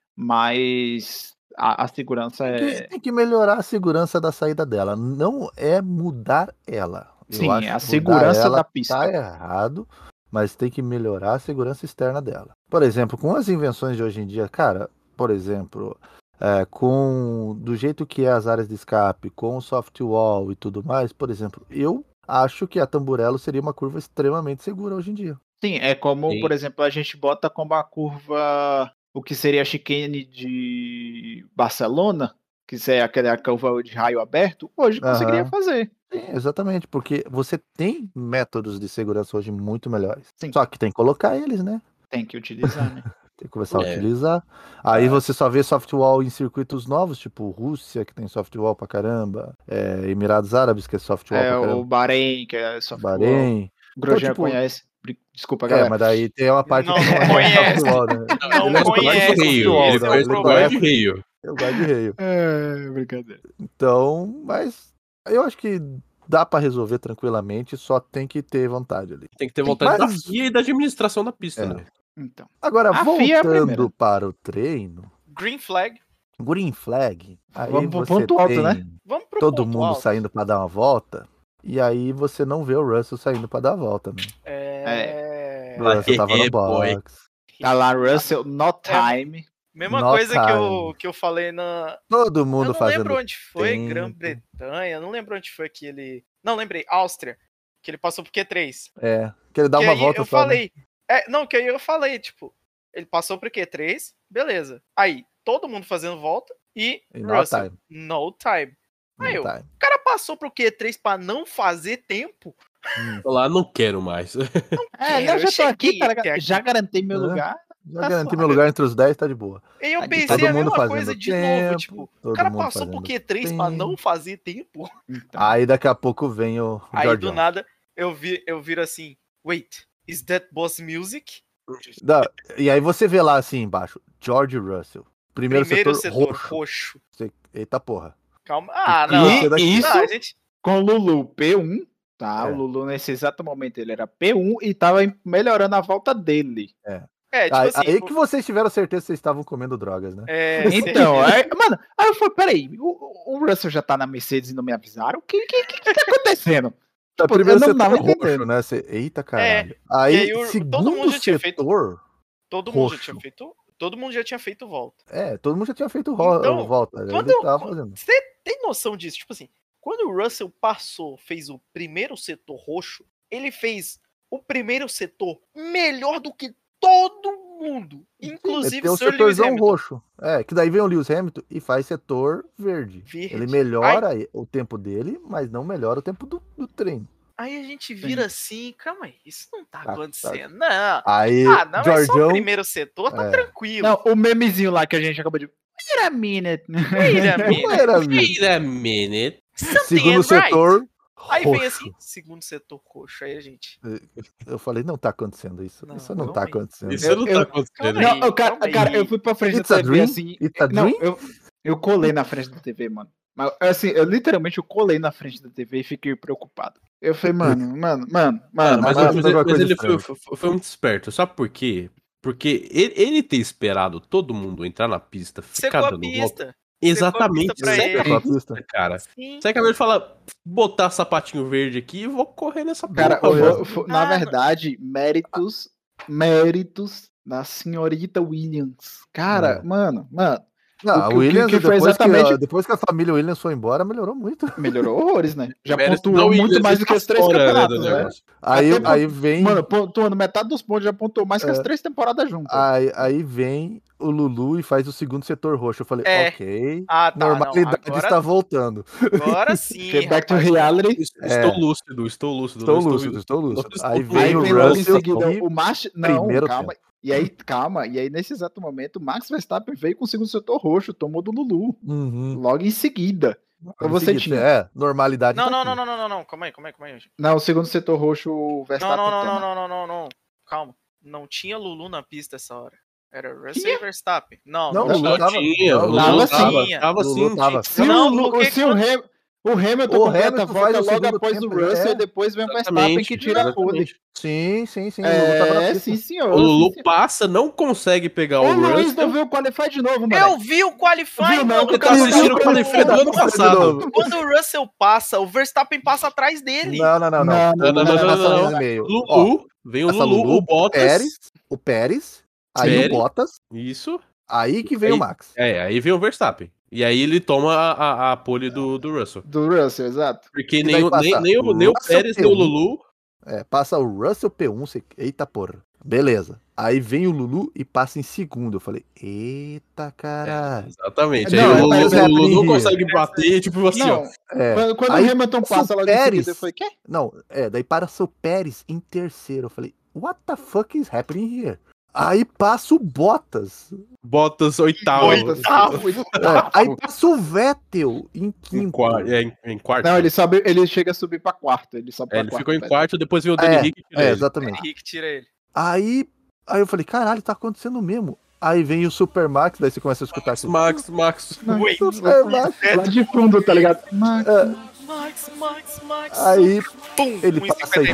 S4: mas a, a segurança
S2: Tem,
S4: é.
S2: que- tem que melhorar a segurança da saída dela. Não é mudar ela. Eu
S4: Sim,
S2: acho
S4: é a
S2: que mudar
S4: segurança
S2: ela
S4: da pista.
S2: Tá errado, mas tem que melhorar a segurança externa dela. Por exemplo, com as invenções de hoje em dia, cara, por exemplo, é, com do jeito que é as áreas de escape, com o soft wall e tudo mais, por exemplo, eu acho que a Tamburello seria uma curva extremamente segura hoje em dia.
S4: Sim, é como,
S3: Sim.
S4: por exemplo, a gente bota como a curva. O que seria a chicane de Barcelona, que é aquela curva de raio aberto, hoje
S2: Aham.
S4: conseguiria fazer.
S2: Sim, exatamente, porque você tem métodos de segurança hoje muito melhores.
S4: Sim.
S2: Só que tem que colocar eles, né?
S4: Tem que utilizar, né?
S2: Tem que começar a
S3: É.
S2: utilizar. Aí você só vê softwall em circuitos novos, tipo Rússia, que tem softwall pra caramba, é, Emirados Árabes, que é softwall
S4: é
S2: pra
S4: o
S2: caramba,
S4: Bahrein, que é só
S2: Bahrein.
S4: O Grosjean
S2: Então, tipo-
S4: conhece. Bri- Desculpa,
S2: É,
S4: galera.
S2: mas daí tem uma parte
S5: Não
S2: que é
S5: conhece.
S2: softwall, né?
S5: Não
S2: Ele é
S3: Ele
S2: conhece
S3: foi de Rio.
S2: futebol,
S3: Ele
S2: né?
S3: foi
S2: Ele
S3: de
S2: conhece.
S3: Rio.
S2: Eu gosto de rei.
S4: É, brincadeira.
S2: Então, mas eu acho que dá pra resolver tranquilamente, só tem que ter vontade ali.
S3: Tem que ter vontade
S2: Mas-
S3: da FIA e da administração da pista,
S2: É.
S3: né?
S4: Então.
S2: Agora,
S4: A FIA é a
S2: voltando
S4: primeira.
S2: para o treino,
S5: Green flag.
S2: Green Flag, aí
S4: Vamos pro
S2: você
S4: ponto alto,
S2: tem-
S4: né?
S5: Vamos pro
S2: todo
S5: ponto
S2: mundo
S5: alto.
S2: saindo pra dar uma volta. E aí você não vê o Russell saindo pra dar a volta, né?
S5: É...
S2: O Russell tava
S3: É,
S2: no
S3: boy.
S2: box.
S4: Tá lá, Russell, no time.
S5: Mesma
S2: Not
S5: coisa que eu,
S2: time.
S5: que eu falei na.
S2: Todo
S5: Eu
S2: mundo
S5: não lembro
S2: fazendo.
S5: onde foi,
S2: tempo.
S5: Grã-Bretanha, eu não lembro onde foi que ele. Não, lembrei, Áustria. Que ele passou pro Q3.
S2: É. Que ele dá
S5: que
S2: uma
S5: aí
S2: volta
S5: eu
S2: só. né?
S5: falei. É, não, que aí eu falei, tipo, ele passou pro Q3, beleza. Aí, todo mundo fazendo volta e,
S2: E no
S5: Russell,
S2: time.
S5: no time.
S2: No
S5: Aí eu-
S2: time.
S5: O cara passou pro Q3 pra não fazer tempo.
S3: Lá "Ah, não quero mais.
S2: Tá
S4: É,
S5: Quero,
S4: não, já tô
S5: cheguei
S4: aqui, cara.
S5: até aqui.
S4: Já garantei meu
S2: Hã?
S4: lugar.
S2: Já
S4: Tá
S2: garanti
S4: suave.
S2: meu lugar entre os 10, tá de boa.
S5: E eu
S4: Aí
S5: pensei
S2: Todo
S5: a
S2: mundo
S5: mesma
S2: fazendo
S5: coisa de
S2: tempo,
S5: novo, tipo,
S2: todo
S5: o cara
S2: mundo
S5: passou pro
S2: fazendo
S5: Q3 pra
S2: tempo.
S5: não fazer tempo.
S4: Então.
S2: Aí daqui a pouco vem o
S5: Aí do
S2: Jordan.
S5: nada eu vi, eu viro assim, wait, is that boss music?
S2: Da- E aí você vê lá assim embaixo, George Russell. Primeiro,
S5: Primeiro
S2: setor,
S5: setor,
S2: roxo.
S5: roxo.
S2: Você- Eita porra.
S5: Calma. Ah,
S2: E
S5: não.
S2: isso
S5: não,
S2: daqui-
S5: a gente...
S4: com o Lulu P1, tá?
S2: É.
S4: O Lulu nesse exato momento ele era P1 e tava em- melhorando a volta dele.
S5: É, tipo
S2: aí,
S5: assim.
S2: aí que vocês tiveram certeza que vocês estavam comendo drogas, né?
S5: é,
S4: Então, aí, mano, aí eu falei, peraí, o, o Russell já tá na Mercedes e não me avisaram? O que, que, que, que tá acontecendo?
S2: Tá,
S4: Tipo,
S2: primeiro
S4: eu não
S2: setor
S4: tava
S2: roxo,
S4: entendendo.
S2: né? Você- eita caralho.
S5: É, e
S2: aí,
S5: aí o-
S2: segundo
S5: todo mundo já tinha feito-
S2: setor,
S5: todo mundo já
S2: roxo.
S5: tinha feito. Todo mundo já tinha feito volta.
S2: é, todo mundo já tinha feito ro-
S5: Então,
S2: volta.
S5: quando
S2: ele
S5: eu-
S2: tava fazendo.
S5: Você tem noção disso? Tipo assim, quando o Russell passou, fez o primeiro setor roxo, ele fez o primeiro setor melhor do que todo mundo. Inclusive
S2: Meteu o
S5: o Sir Lewis
S2: um setorzão
S5: Hamilton.
S2: roxo. É, que daí vem o Lewis Hamilton e faz setor verde.
S5: Verde.
S2: Ele melhora o tempo dele, mas não melhora o tempo do, do treino.
S5: Aí a gente vira assim, calma aí, isso não tá,
S2: tá.
S5: acontecendo. Não.
S2: Aí,
S5: Ah, não, é só o
S2: Jorgão,
S5: primeiro setor, tá
S2: É.
S5: tranquilo.
S4: Não, o memezinho lá que a gente acabou de. Wait a minute.
S5: Filha minha,
S2: não era
S3: Wait a minute.
S5: ain't
S2: segundo
S5: right.
S2: setor
S5: Aí
S2: roxo.
S5: vem assim, segundo setor roxo. Aí a gente.
S2: Eu falei, não tá acontecendo isso.
S5: Não,
S2: isso não
S5: não
S2: tá
S5: é.
S2: acontecendo.
S3: Isso
S4: Eu-
S3: não
S4: eu-
S3: tá acontecendo.
S5: Calma aí.
S4: Não, o cara,
S5: calma aí.
S4: cara, eu fui pra frente
S2: It's
S4: da
S2: a
S4: TV
S2: dream?
S4: assim.
S2: It's a
S4: Não,
S2: dream?
S4: eu, eu colei na frente da TV, mano. Mas, assim, eu literalmente eu colei na frente da TV e fiquei preocupado. Eu falei, mano, mano, mano,
S2: mas-
S3: mas, mas
S4: mano.
S2: mas
S3: ele-
S2: alguma
S3: mas
S2: coisa
S3: ele foi,
S2: estranha.
S3: foi- foi muito esperto. Sabe por quê? Porque ele, ele ter esperado todo mundo entrar na pista, ficar
S5: Secou a
S3: dando volta.
S5: pista.
S3: Exatamente.
S5: pra
S3: segue
S5: ele.
S3: a pista,
S2: Pista.
S3: cara.
S5: Sim.
S3: Você acabou de falar, botar sapatinho verde aqui e vou correr nessa
S4: Cara,
S3: boca,
S4: eu-
S3: mano.
S4: eu- fo- na
S5: Ah,
S4: verdade, méritos, méritos da senhorita Williams.
S2: É.
S4: Cara, mano, mano,
S2: Não,
S4: O
S2: o
S4: que- o
S2: Williams,
S4: que foi
S2: depois, que,
S4: exatamente-
S2: depois que a família Williams foi embora, melhorou muito.
S4: melhorou horrores, né? Já
S3: Mérito
S4: pontuou
S3: da
S4: muito
S3: Williams,
S4: mais do que os três
S3: fora, né,
S4: campeonatos,
S3: do
S4: né?
S3: negócio.
S2: Aí,
S4: Até
S2: aí vem.
S4: Mano, pontuando metade dos pontos, já pontuou mais que as
S2: É.
S4: três temporadas juntas.
S2: Aí, aí vem o Lulu e faz o segundo setor roxo. Eu falei,
S5: É.
S2: ok.
S5: Ah, tá. não,
S2: Normalidade
S5: agora,
S2: está um voltando.
S5: agora sim.
S4: Porque back to
S5: rapaz.
S4: reality.
S3: Estou lúcido, estou lúcido.
S2: Estou
S3: não
S2: lúcido, estou lúcido.
S3: estou
S2: Aí
S3: lúcido.
S2: vem
S4: aí
S2: o
S4: vem logo em
S2: Russell.
S4: seguida
S2: e-
S4: o Max. Não,
S2: primeiro
S4: calma. E aí, calma. E aí, nesse exato momento, o Max Verstappen veio com o segundo setor roxo, tomou do Lulu.
S2: Uhum.
S4: Logo em seguida. Então
S2: Em
S4: você
S2: seguida,
S4: tinha.
S2: É, normalidade.
S5: Não,
S2: tá
S5: não,
S2: aqui.
S5: não, não, não, não, não. Calma aí, calma aí, calma aí. gente.
S4: Não, o segundo setor roxo, o
S5: Não,
S4: Verstappen.
S5: não, não,
S4: toma.
S5: não, não, não, não, não. Calma. Não tinha Lulu na pista essa hora. Era Russell e Verstappen. Não,
S2: Não,
S5: não,
S3: Não
S2: Lulu tava-
S3: tinha,
S2: não,
S3: Lulu
S4: tava assim,
S3: tava,
S5: sim.
S3: tava assim,
S2: Lulu
S3: sim,
S2: tava.
S5: gente.
S4: Se
S5: Não,
S4: o, Lu-
S5: por que
S4: se
S5: que
S4: o
S5: não-
S4: Ham- o Hamilton
S2: O
S4: completa
S2: Hamilton
S4: a
S2: faz
S4: volta
S2: o
S4: logo
S2: segundo
S4: após o
S2: tempo,
S4: Russell
S2: é.
S4: e depois vem o Verstappen
S3: Exatamente,
S4: que tira a pole.
S3: exatamente.
S2: Sim, sim, sim. Lulu tava na
S4: É,
S2: pista.
S4: sim, senhor.
S3: O
S4: sim,
S3: Lulu
S4: senhor.
S3: passa, não consegue pegar o
S4: Ô, Luiz
S3: Russell.
S4: É, não viu o Qualify de novo, mano.
S5: Eu vi o qualifying,
S4: Viu, não,
S5: mano. assim,
S4: que
S3: Ele tá
S4: Não, não,
S3: assistindo o
S4: não,
S3: Qualify do
S4: não,
S3: ano
S2: não, não,
S3: passado.
S5: Quando o Russell passa, o Verstappen passa atrás dele.
S2: Não, não, não, não.
S3: Não, não, não,
S2: Passa
S3: não, não,
S2: mais
S3: não.
S2: no meio. Ó,
S3: Lulu, vem o
S2: passa
S3: Lulu,
S2: Lulu,
S3: o Bottas.
S2: Pérez, o Pérez, aí
S3: Pérez.
S2: o Bottas,
S3: Isso.
S2: aí que vem
S3: Aí-
S2: o Max.
S3: É, aí vem o Verstappen. E aí ele toma a, a, a pole do, do Russell.
S4: Do Russell, exato.
S3: Porque
S2: daí
S3: nem, o- nem,
S2: passa
S3: nem, o, nem o
S2: Russell
S3: Pérez nem o
S2: P1.
S3: Lulu.
S2: É, passa o Russell P1, você... eita porra. Beleza. Aí vem o Lulu e passa em segundo. Eu falei, eita caralho.
S3: É, Exatamente.
S4: Não,
S3: aí o
S4: mas
S3: Lulu,
S2: é
S3: o Lulu não
S2: Henrique.
S3: consegue bater, tipo assim, ó.
S4: não,
S2: É.
S4: quando- quando
S2: Aí
S4: o Hamilton
S2: passa o
S4: passa logo em
S2: Pérez.
S4: seguida, foi quê?
S2: Não, é, daí passa o Pérez em terceiro. Eu falei, what the fuck is happening here? Aí passa o Bottas.
S3: Bottas Ah, oitavo.
S4: Oito, oito.
S2: É, aí passa o Vettel em
S3: Em,
S2: quinto.
S3: quarto, é, em, em quarto.
S4: Não, ele sobe, ele chega a subir pra quarto. Ele sobe
S3: É,
S4: pra
S3: ele
S4: quarto.
S3: ficou em
S4: velho.
S3: quarto, depois veio o Danny Rick.
S2: É, exatamente.
S5: Henrique tira ele.
S2: Aí, aí eu falei, caralho, tá acontecendo mesmo. Aí vem o Supermax, daí você começa a escutar assim.
S3: Max, Max.
S5: Wait,
S2: Supermax.
S4: Lá de fundo, tá ligado? Mas-
S5: Max, Max, Max.
S2: Aí
S5: Pum,
S2: ele
S5: 1,59.
S2: passa aí.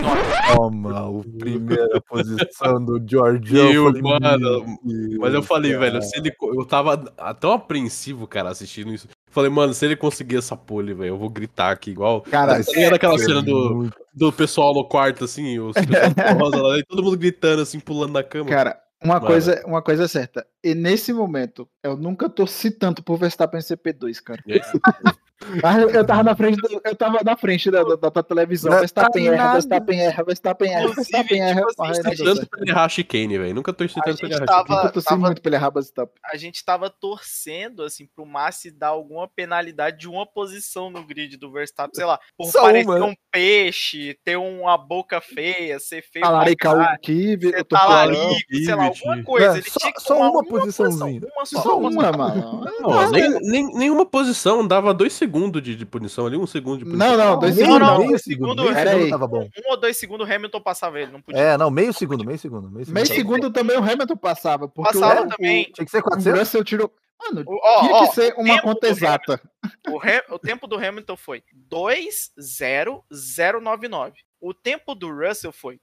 S2: Toma, o primeira posição do George.
S3: Eu, mano, Mas eu falei,
S2: cara.
S3: velho, se ele. co- Eu tava tão apreensivo, cara, assistindo isso. Falei, mano, se ele conseguir essa pole, velho, eu vou gritar aqui igual.
S4: Cara,
S3: Tá ligado aquela cena do,
S2: muito-
S3: do pessoal no quarto, assim, os pessoal com rosa lá, e todo mundo gritando, assim, pulando na cama.
S4: Cara, uma
S3: Mano.
S4: coisa, uma coisa é certa. E nesse momento, eu nunca torci tanto por Verstappen ser P2, cara.
S3: É.
S4: Mas eu- Eu tava na frente, do- eu tava na frente da, da, da tua televisão.
S2: Não
S4: Verstappen
S2: tá
S4: erra,
S2: nada.
S4: Verstappen erra, Verstappen erra,
S5: Inclusive,
S4: Verstappen erra. né,
S5: tipo assim,
S4: Ai,
S5: tá
S4: meu
S3: torci
S4: Deus,
S3: tanto
S4: velho.
S3: pra ele errar a chicane, velho. Nunca torci
S5: A
S3: tanto pra ele
S5: gente
S3: errar a chicane.
S5: tava,
S4: Eu torci
S5: tava-
S4: muito pra ele errar Verstappen.
S5: a gente tava torcendo, assim, pro Massi dar alguma penalidade de uma posição no grid do Verstappen, sei lá, por
S2: Só
S5: parecer
S2: uma, né?
S5: um peixe, ter uma boca feia, ser feio, pra
S4: Talaricar
S5: caralho,
S4: o Kive,
S5: ser
S4: eu tô falando.
S5: talarico, sei lá, alguma
S3: Ivete.
S5: coisa.
S2: É,
S5: Ele
S2: só-
S5: tinha que
S2: só
S5: tomar
S2: uma
S5: posição,
S2: posiçãozinha.
S5: Uma só,
S4: Só
S5: uma só.
S4: uma, mano.
S3: Não, nem, nem- nenhuma posição dava dois segundos de, de punição ali, um segundo de punição.
S4: Não, não, dois
S2: Meio-
S5: Tipo, Não,
S4: segundos.
S5: não,
S2: meio
S5: o
S2: segundo,
S5: segundo-
S2: meio
S4: Pera aí.
S2: segundo tava bom.
S5: Um ou dois segundos o Hamilton passava ele, não podia.
S2: É, não, meio segundo, meio segundo. Meio segundo.
S4: Meio segundo também o Hamilton passava. Porque
S5: é. Passava
S4: o,
S5: também.
S2: Tinha que ser
S4: o
S2: 400?
S4: Russell tirou. Mano,
S5: O, ó,
S4: tinha
S5: ó,
S4: que ser uma
S5: tempo
S4: conta
S5: do
S4: exata.
S5: O, Ham- o tempo do Hamilton foi 2.0099. O tempo do Russell foi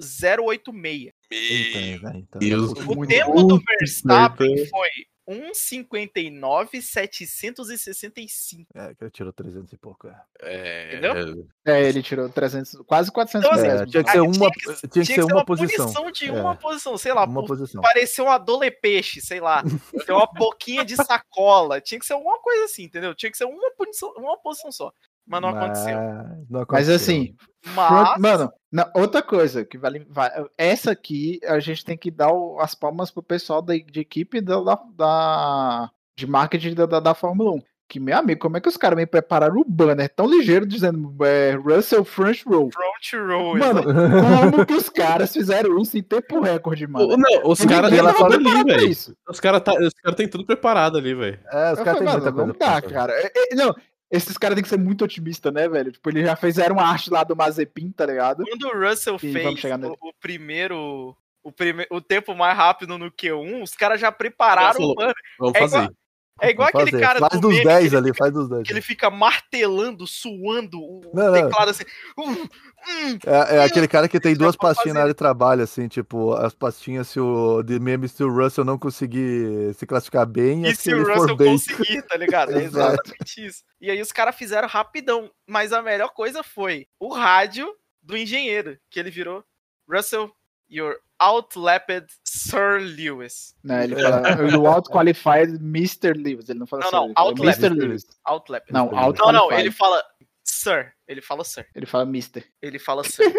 S5: 2.0086.
S2: Eita, né, então.
S3: Deus.
S5: O
S4: Muito
S5: tempo do
S4: bom.
S5: Verstappen foi 1.59.765.
S2: É, que ele tirou 300 e pouco. é.
S3: É,
S5: Entendeu?
S4: É, ele tirou 300, quase 400
S5: Então, assim,
S2: É,
S4: reais.
S2: tinha que ser
S5: Ah,
S2: uma,
S5: que-
S2: tinha que
S5: Tinha
S2: ser uma posição.
S5: punição de
S2: É.
S5: uma posição, sei lá,
S2: Uma
S5: por
S2: posição.
S5: parecer um adolepeixe, sei lá, tem uma boquinha de sacola, tinha que ser alguma coisa assim, entendeu? Tinha que ser uma punição, uma posição só, mas não aconteceu.
S2: não
S4: Mas
S2: aconteceu.
S4: assim,
S5: Mas
S4: front- mano, na- outra coisa que vale, va- Essa aqui a gente tem que dar o- as palmas pro pessoal da, de equipe da, da- da- de marketing da, da, da Fórmula 1. Que, meu amigo, como é que os caras me prepararam o banner tão ligeiro dizendo é, Russell French Roll?
S5: front row,
S4: Mano, como que os caras fizeram isso em tempo recorde,
S3: Ô,
S4: mano?
S3: Não, os
S4: Ninguém
S3: caras
S2: ela
S4: tava
S3: estão
S2: fala
S3: ali,
S4: preparado pra
S3: velho.
S4: isso.
S3: Os caras tá, os cara tem tudo preparado ali, velho.
S2: É, os
S4: Eu
S2: caras têm
S4: falei,
S2: muita
S4: mano,
S2: coisa.
S4: Não
S2: pra
S4: dá,
S2: fazer.
S4: cara. É, é, não, esses caras têm que ser muito otimistas, né, velho? Tipo, eles já fizeram uma arte lá do Mazepin, tá ligado?
S5: Quando o Russell
S4: Sim,
S5: fez
S4: vamos chegar nele.
S5: o, o primeiro. O, prime... o tempo mais rápido no Q1, os caras já prepararam
S3: Russell,
S5: o banner.
S3: Vamos
S5: É
S3: fazer.
S5: igual- É igual
S2: Vamos
S5: aquele
S2: fazer.
S5: cara
S2: faz
S5: do
S2: dos
S5: meme
S2: 10
S5: que ele
S2: ali, faz dos
S5: que
S4: é.
S5: ele
S2: 10.
S5: fica martelando, suando o o
S2: Não, não.
S5: teclado assim. Hum, hum.
S2: É, é aquele cara que tem
S5: Isso
S2: duas
S5: é pra
S2: pastinhas na
S5: fazer.
S2: área de trabalho, assim, tipo, as pastinhas se o de meme se o Russell não conseguir se classificar bem,
S5: E
S2: as que
S5: se o
S2: ele
S5: Russell
S2: for bem.
S5: conseguir, tá ligado? É
S2: Exato.
S5: exatamente isso. E aí os caras fizeram rapidão. Mas a melhor coisa foi o rádio do engenheiro, que ele virou Russell, you're outlapped Sir Lewis.
S4: Né, ele fala, you outqualified Mr. Lewis. Ele não fala
S5: Não,
S4: assim,
S5: não,
S4: ele fala,
S5: outlapped.
S4: Mr. Lewis.
S5: Outlapped.
S4: Não,
S2: Não,
S5: não,
S4: outqualified.
S5: não, ele fala Sir. Ele fala Sir.
S4: Ele fala Mr.
S5: Ele fala Sir.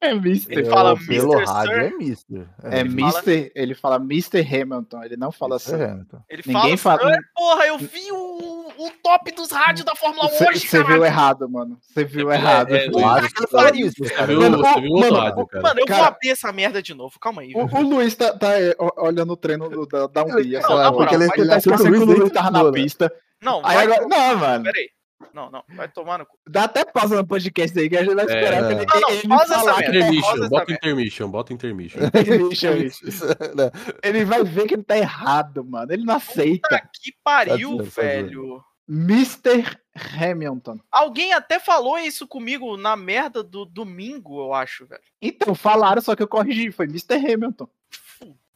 S4: É Mr.
S5: Ele fala
S2: É, pelo
S5: Mr.
S2: rádio
S5: Sir.
S2: é Mr.
S4: É
S5: Ele
S4: Mr. Ele fala Mr. Hamilton. Ele não fala assim.
S2: É, então.
S5: Ele
S4: Ninguém
S5: fala
S4: fala-
S5: Sir. Porra, eu vi o, o top dos rádios da Fórmula 1 hoje, é
S4: Você
S5: caralho.
S4: viu errado, mano. Você viu errado. Tipo,
S3: é,
S2: Eu acho que ele fala
S5: pariu.
S2: isso,
S3: Você
S2: cara.
S3: viu,
S4: Mano,
S3: você viu o outro
S4: mano,
S3: lado, cara.
S5: Mano, eu vou
S4: Cara-
S5: abrir essa merda de novo. Calma aí, velho.
S4: O, o Luiz tá, tá, é, o- olhando o treino do, da, da Hungria.
S5: Não,
S4: sei lá,
S5: na
S4: mano.
S5: moral,
S4: ele
S5: vai
S4: ele
S2: dar
S4: achou que
S2: tudo
S4: o
S2: isso,
S4: Luiz né?
S2: hein,
S4: tava na
S2: mano?
S4: pista.
S5: Não,
S4: Aí
S5: vai
S4: agora, não, mano.
S5: Pera aí. Não, não. Vai tomar no cu.
S4: Dá até pausa no podcast aí que a gente vai esperar
S2: É.
S4: que ele,
S5: Não, não,
S4: ele
S5: pausa essa
S4: falar que
S5: merda.
S4: tá
S5: rosa
S3: Intermission,
S5: essa
S3: bota
S5: merda.
S3: intermission, bota intermission.
S4: errado, bicho, bicho.
S2: Né?
S4: Ele vai ver que ele tá errado, mano. Ele não aceita.
S5: Puta que pariu,
S2: Tá zoando, tá
S5: velho.
S4: Mr. Hamilton.
S5: Alguém até falou isso comigo na merda do domingo, eu acho, velho.
S4: Então, falaram, só que eu corrigi. Foi Mr. Hamilton.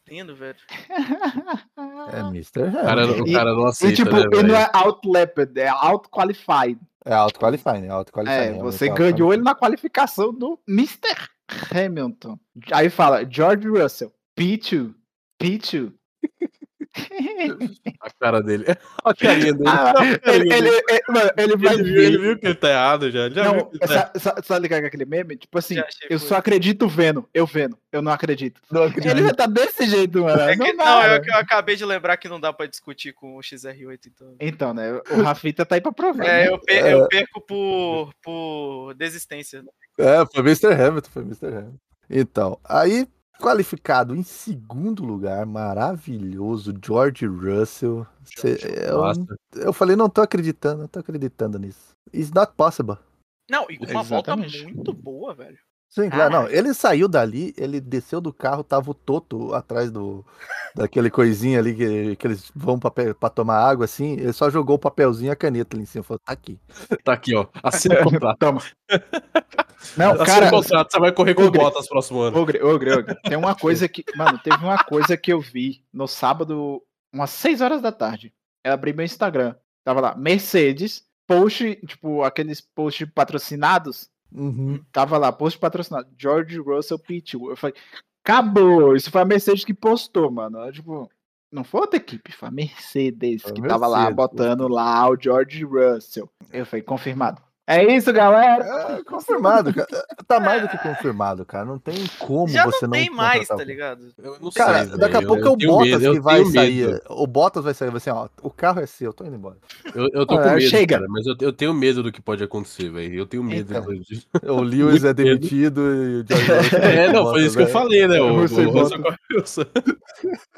S5: Lindo, velho.
S2: É Mr. Hamilton.
S3: O cara, o
S4: E-
S3: cara não aceita,
S4: e tipo,
S3: né,
S4: ele
S3: velho?
S4: não é outlapped, é outqualified.
S2: É auto-qualifying, é
S4: É,
S2: auto-qualifying.
S4: você ganhou ele na qualificação do Mr. Hamilton. Aí fala, George Russell, P2, P2.
S3: A cara dele. Olha a carinha dele.
S4: Ah, ele, ele, ele- mano, ele né? vai
S3: Ele viu, ele
S4: ver.
S3: viu que ele tá errado já. ele já viu
S4: Não,
S3: que ele tá...
S4: sa- sa- sabe ligar com aquele meme? Tipo assim,
S5: Já achei
S4: eu
S5: foi.
S4: só acredito vendo, eu vendo, eu não acredito.
S2: Não acredito.
S4: Ele já tá desse jeito, mano.
S5: É que-
S4: não,
S5: não,
S4: dá,
S5: eu,
S4: né?
S5: eu acabei de lembrar que não dá pra discutir com o XR8, então.
S4: Então, né, o Rafita tá aí pra provar.
S5: É,
S4: né?
S5: eu, pe- eu perco por, por desistência.
S2: É, foi Mr. Hamilton, foi Mr. Hamilton. Então, aí, qualificado em segundo lugar, maravilhoso, George Russell. Cê- eu,
S3: Nossa,
S2: eu falei, não tô acreditando, não tô acreditando nisso. It's not possible.
S5: Não, e com uma volta
S4: Exatamente.
S5: muito boa, velho.
S2: Sim, claro, não.
S5: Caraca.
S2: Ele saiu dali, ele desceu do carro, tava o Toto atrás do daquele coisinha ali que, que eles vão pra, pe- pra tomar água, assim. Ele só jogou o papelzinho e a caneta ali em cima. Falou, tá aqui.
S3: tá aqui, ó. Assina o contrato.
S4: Toma. Não,
S3: Assina
S4: cara,
S3: o contrato, você vai correr com o
S4: Ogre.
S3: Bottas próximo ano.
S4: Ogre, ogre, ogre. Tem uma coisa que. Mano, teve uma coisa que eu vi no sábado, umas 6 horas da tarde. Eu abri meu Instagram. Tava lá, Mercedes, post, tipo, aqueles posts patrocinados.
S2: Uhum.
S4: Tava lá, post patrocinado. George Russell Pitt. Eu falei, acabou. Isso foi a Mercedes que postou, mano. Eu, tipo, não foi outra equipe, foi a Mercedes
S2: Foi a
S4: que tava lá
S2: Mercedes,
S4: botando lá o George Russell. Eu falei, confirmado. É isso, galera.
S2: É, confirmado, cara. Tá mais do que confirmado, cara. Não tem como
S5: É. Já
S2: você
S5: não
S2: não
S5: tem mais,
S2: contratar
S5: tá
S2: o-
S5: ligado?
S3: Eu não
S2: Cara,
S3: sei,
S2: daqui a
S3: velho,
S2: pouco é
S3: eu
S2: o
S3: tenho
S2: Bottas
S3: medo, eu
S2: que vai
S3: tenho
S2: sair.
S3: medo.
S2: O Bottas vai sair, vai assim, ó, o carro é seu, eu tô indo embora.
S3: Eu, eu tô
S4: Ah,
S3: com medo,
S4: chega.
S3: cara, mas eu, eu tenho medo do que pode acontecer, velho. Eu tenho medo.
S2: Então.
S3: de-
S2: O Lewis é
S3: Muito medo.
S2: demitido e o George Russell vai
S3: É,
S2: pro
S3: não, foi
S2: Bottas,
S3: isso que eu
S2: né?
S3: falei, né? O, o,
S4: Russell
S3: o-
S4: Bottas.
S2: É,
S3: Russell- É,
S4: Pena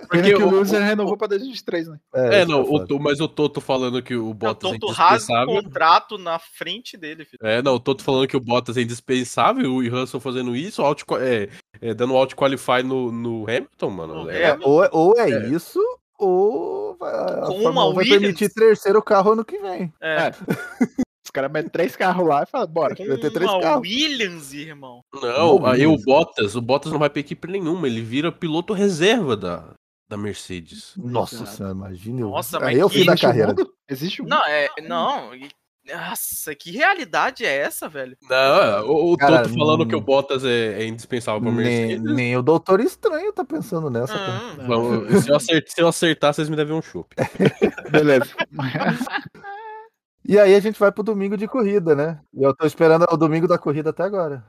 S3: porque
S4: que o
S3: o-
S4: Lewis renovou pra 2023, né?
S2: É,
S3: É,
S2: isso que
S3: não,
S2: eu
S3: o,
S2: falo.
S3: Tô- mas eu tô, tô falando que o
S5: Eu
S3: Bottas é
S5: Toto rasga o
S3: indispensável.
S5: um contrato na frente dele, filho.
S3: É, não, eu tô falando que o Bottas é indispensável e o Russell fazendo isso, out, é, é, dando out qualify no, no Hamilton, mano.
S5: No
S3: É,
S5: Hamilton.
S2: ou, ou é,
S3: É.
S2: isso, ou vai- a
S5: Com
S2: Fórmula
S5: uma
S2: 1 vai
S5: Williams?
S2: permitir terceiro carro ano que vem.
S5: É.
S4: É, Os caras metem três carros lá e falam, bora.
S5: Com
S2: vai ter três
S5: uma
S2: carros.
S5: Williams, irmão.
S3: Não,
S2: Bom,
S3: aí o
S2: beleza.
S3: Bottas, o Bottas não vai pra equipe nenhuma, ele vira piloto reserva da, da Mercedes.
S2: Nossa
S4: Exato.
S2: senhora, imagina. eu-
S5: Nossa,
S2: Aí
S5: mas
S2: eu
S5: que
S2: fui da
S4: Existe um
S2: carreira.
S4: mundo? Existe um
S5: Não, é. Não. e- Nossa, que realidade é essa, velho?
S3: Não, é, o, o
S2: Cara,
S3: Toto falando
S2: hum.
S3: que o Bottas é, é indispensável
S4: Né,
S3: pra
S2: Nem,
S3: Mercedes.
S2: nem o Doutor Estranho tá pensando nessa. porra.
S5: Hum,
S4: mundo.
S3: Vamos- se, eu acert- se eu acertar, vocês me devem um chope.
S4: Beleza.
S2: E aí a gente vai pro domingo de corrida, né? E eu tô esperando o domingo da corrida até agora.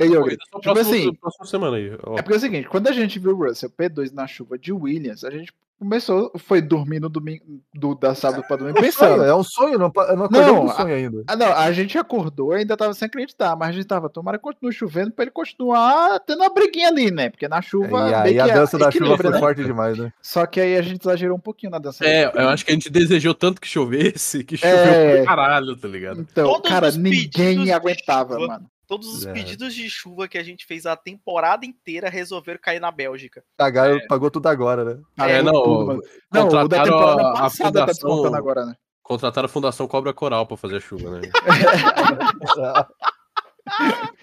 S4: Ei, Yogri,
S3: Corrida só
S4: tipo
S3: próximo-
S4: assim,
S3: próxima semana aí. ó.
S4: é porque é o seguinte, quando a gente viu o Russell P2 na chuva de Williams, a gente começou, foi dormir no domingo, do, da sábado pra domingo,
S2: Sonho,
S4: pensando.
S2: é um sonho, não, pa- eu não acordei
S4: Não,
S2: do
S4: a-
S2: sonho ainda.
S4: Ah, não, a gente acordou e ainda tava sem acreditar, mas a gente tava, tomara que continue chovendo pra ele continuar tendo uma briguinha ali, né? Porque na chuva.
S2: E
S4: meio
S2: aí a
S5: é
S4: que
S2: dança da chuva
S4: equilibra,
S2: foi
S4: né?
S2: forte demais, né?
S4: Só que aí a gente exagerou um pouquinho na dança.
S3: É, eu acho que a gente desejou tanto que chovesse, que choveu
S4: É.
S3: pra caralho, tá ligado?
S4: Então,
S5: Todos
S4: cara,
S5: os pedidos
S4: ninguém
S5: de
S4: aguentava,
S5: chuva.
S4: mano.
S5: Todos os
S2: É.
S5: pedidos de chuva que a gente fez a temporada inteira resolveram cair na Bélgica.
S2: Pagaram, Tá,
S5: É.
S2: Pagou tudo agora, né?
S4: Cara,
S3: É,
S4: eu
S3: não,
S4: tudo, mano. não, o da
S3: contrataram
S4: temporada
S3: a- a
S4: passada tá
S3: fundação-
S4: descontando agora, né?
S3: Contrataram a Fundação Cobra Coral pra fazer a chuva, né?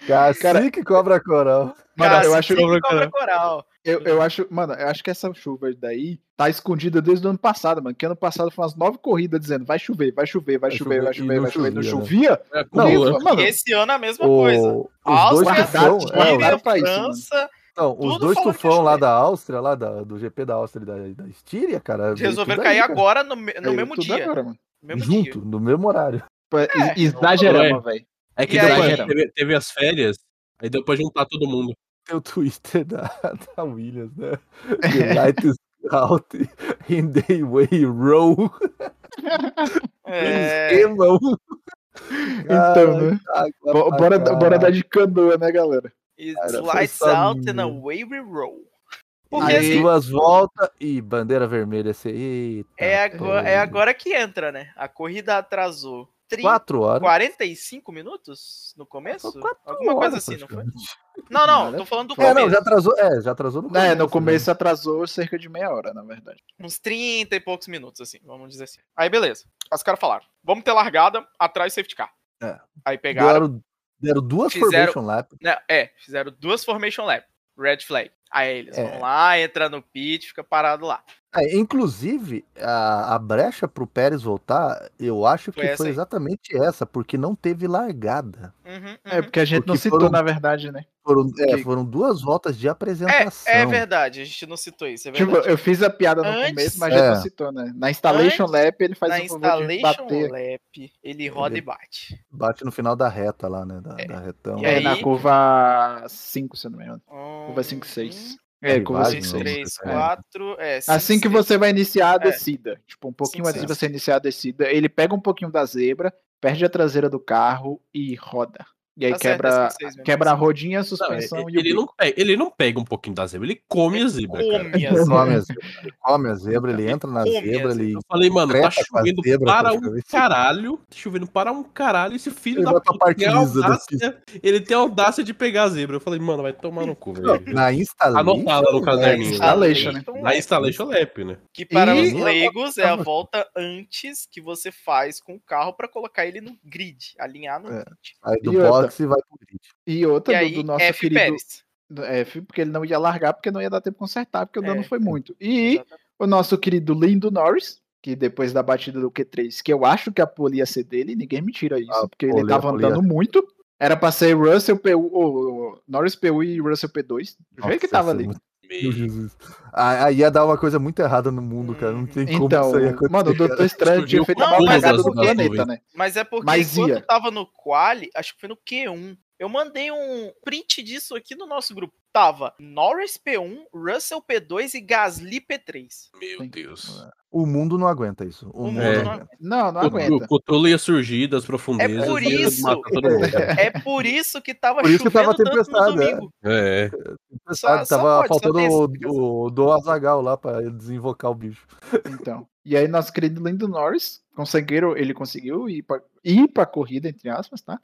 S2: Cacique cobra coral.
S4: Mano, eu
S5: Cara,
S4: acho,
S5: sim,
S3: Cobra
S5: cobra coral.
S4: eu, eu acho, mano, eu acho que essa chuva daí tá escondida desde o ano passado, mano. Que ano passado foram umas nove corridas dizendo vai chover, vai chover, vai,
S3: Vai
S4: chover,
S3: chover, e
S4: vai chover,
S3: não
S4: vai chover. Não
S2: chovia,
S4: chovia?
S3: É,
S2: Não,
S3: acumula.
S4: Isso, mano,
S5: E esse ano a mesma
S2: O-
S5: coisa.
S2: os dois
S5: Áustria,
S2: tufão,
S4: Áustria,
S2: é, o-
S5: Síria,
S4: lá pra isso,
S5: França
S2: então, os
S5: tudo
S2: dois
S5: falando que é
S2: tufão lá
S5: choveu.
S2: da Áustria, lá da- do GP da Áustria e da, da Estíria, cara. veio
S5: resolveram
S2: tudo
S5: cair
S2: aí, cara. É,
S5: agora no, me- no
S4: Caiu
S5: é mesmo
S4: é tudo
S5: dia.
S4: agora, mano.
S5: no mesmo dia.
S2: Junto, no mesmo horário.
S4: Pô,
S5: É,
S4: e- Exageramos,
S3: não-
S4: velho.
S3: É que
S5: E
S3: depois
S4: aí?
S3: a gente teve, teve as férias, aí deu pra juntar todo mundo.
S2: tem o Twitter da, da Williams, né? United Scout in the way row.
S5: É,
S2: Irmão.
S4: Então, né?
S2: tá,
S4: Bo- Bora, bora dar de canoa, né, galera?
S5: it's
S2: foi
S5: lights
S2: só
S5: out and
S2: minha.
S5: away we roll.
S2: Porque
S5: Porque
S4: Aí-
S5: assim,
S2: duas voltas e bandeira vermelha. Assim, eita,
S5: é agora, é
S2: pô.
S5: agora que entra, né? A corrida atrasou 30,
S2: Quatro horas.
S5: 45 minutos no começo?
S2: Foi quatro
S5: Alguma coisa
S2: horas,
S5: assim, não foi?
S2: praticamente.
S5: Não, não,
S4: Nada.
S5: tô falando do
S2: É,
S5: começo.
S2: não, já atrasou, é, já atrasou no
S4: É, no
S2: né?
S4: começo atrasou cerca de meia hora, na verdade.
S5: uns 30 e poucos minutos, assim, vamos dizer assim. Aí, beleza. Aí Os caras falaram, vamos ter largada atrás do safety car.
S2: É.
S5: Aí pegaram,
S2: Deram, deram duas
S5: Fizeram-
S2: formation lap.
S5: né, é, fizeram duas formation lap, red flag. Aí eles
S2: É.
S5: vão lá, entra no pit, fica parado lá.
S2: É, inclusive, a, a brecha pro Pérez voltar, eu acho
S5: Foi
S2: que
S5: essa
S2: foi
S5: aí.
S2: exatamente essa, porque não teve largada.
S5: Uhum, uhum.
S4: É, porque a gente não
S2: Porque
S4: citou,
S2: foram-
S4: na verdade, né?
S2: Foram, é,
S4: Que-
S2: foram duas voltas de
S5: É,
S2: apresentação.
S5: é verdade, a gente não citou isso, é
S4: Tipo,
S5: verdade.
S4: eu fiz a piada no
S5: Antes-
S4: começo, mas a gente
S2: É.
S4: não citou, né? Na Installation
S5: Antes-
S4: Lap, ele faz
S5: Na
S4: o favor de
S5: installation
S4: bater
S5: lap, ele roda e bate.
S2: Bate no final da reta lá, né? Da, da retão.
S5: E
S4: é,
S5: aí-
S4: na curva 5, se eu não me engano. Curva 5,
S5: Um,
S4: 6. É,
S2: Aí
S4: curva
S2: vai,
S5: 2,
S4: 5,
S2: né?
S4: 6.
S5: 3,
S2: é.
S5: 4, é, cinco,
S4: Assim que
S5: seis.
S4: você vai iniciar a
S5: É.
S4: descida, tipo, um pouquinho
S5: Cinco,
S4: antes de
S5: seis.
S4: você iniciar a descida, ele pega um pouquinho da zebra, perde a traseira do carro e roda. E aí
S5: Tá certo, é
S4: quebra,
S5: cinco, seis mesmo,
S4: quebra a
S5: é cinco,
S4: rodinha, a
S3: Não, é,
S4: suspensão
S3: ele,
S4: e o
S3: ele
S4: bico.
S3: não pega, ele não pega um pouquinho da zebra, ele come a zebra,
S5: seis.
S3: cara.
S5: Come a
S2: Ele
S5: zebra.
S2: come a zebra, ele come a zebra, ele entra na
S5: Come a
S2: zebra,
S5: zebra.
S2: ele.
S3: Eu falei, mano, tá
S2: Creta com a
S3: chovendo
S2: zebra,
S3: para um
S2: praticamente.
S3: caralho. Tá chovendo para um caralho. Esse filho
S2: Ele
S3: da
S2: bota a parte
S3: tem a
S2: lisa da
S3: audácia, ele tem a audácia de pegar a zebra. Eu falei, mano, vai tomar no cu, velho.
S2: Na
S4: Tá
S2: Installation.
S3: Anotar lá no
S2: né?
S3: caderninho.
S4: Installation, né?
S5: Então,
S3: Na Installation Lap, né?
S5: Que para
S4: E-
S5: os leigos é a volta antes que você faz com o carro para colocar ele no grid, alinhar no
S2: É.
S5: grid.
S2: Aí do
S4: E outra.
S2: boxe vai pro grid.
S4: E
S5: E
S4: outra do,
S5: aí,
S4: do nosso
S5: F.
S4: querido
S5: Pérez.
S4: do F, porque ele não ia largar, porque não ia dar tempo de consertar, porque o
S5: É.
S4: dano foi muito. E
S5: Exatamente.
S4: o nosso querido Lindo Norris, que depois da batida do Q3, que eu acho que a pole ia ser dele, ninguém me tira isso,
S2: A
S4: porque ele
S2: pole- a
S4: tava
S2: pole ia-
S4: andando muito. Era pra ser Russell P1, ou, ou, Norris P1 e Russell P2. Do jeito que
S2: Nossa,
S4: tava
S2: ia ser
S4: ali.
S2: muito- Meu Jesus. Ah, Aí aí ia dar uma coisa muito errada no mundo, cara. Não tem como
S4: Então,
S2: isso aí acontecer.
S4: mano, o Doutor Estranho tinha
S3: Surgiu
S4: feito
S5: com
S4: a maior
S5: todas
S4: cagada
S5: as
S4: do
S5: nuvens.
S4: planeta, né?
S5: Mas é porque
S4: Mas
S5: enquanto
S4: ia.
S5: eu tava no quali, acho que foi no Q1, eu mandei um print disso aqui no nosso grupo. Tava Norris P1, Russell P2 e Gasly P3.
S3: Meu
S4: Sim.
S3: Deus.
S2: O mundo não aguenta isso. O,
S5: O
S2: mundo
S5: mundo
S3: É.
S2: não
S5: não
S2: aguenta.
S4: Não, não
S3: O- O
S4: aguenta.
S3: Cthulhu ia surgir das profundezas.
S5: É por
S3: e ia
S5: isso.
S3: matar todo mundo, cara.
S5: É por isso que tava
S2: Por isso que
S5: chovendo
S2: tava
S5: tanto no
S2: tempestade, é.
S5: domingo.
S3: É.
S5: Só-
S2: Sabe,
S5: Ah, só
S2: tava
S5: pode, só
S2: faltando
S5: tem essa
S2: o,
S5: explicação.
S2: o do Azagal lá pra desinvocar o bicho.
S4: Então. E aí, nosso querido Lando Norris conseguiram, ele conseguiu ir pra, ir pra corrida, entre aspas, tá?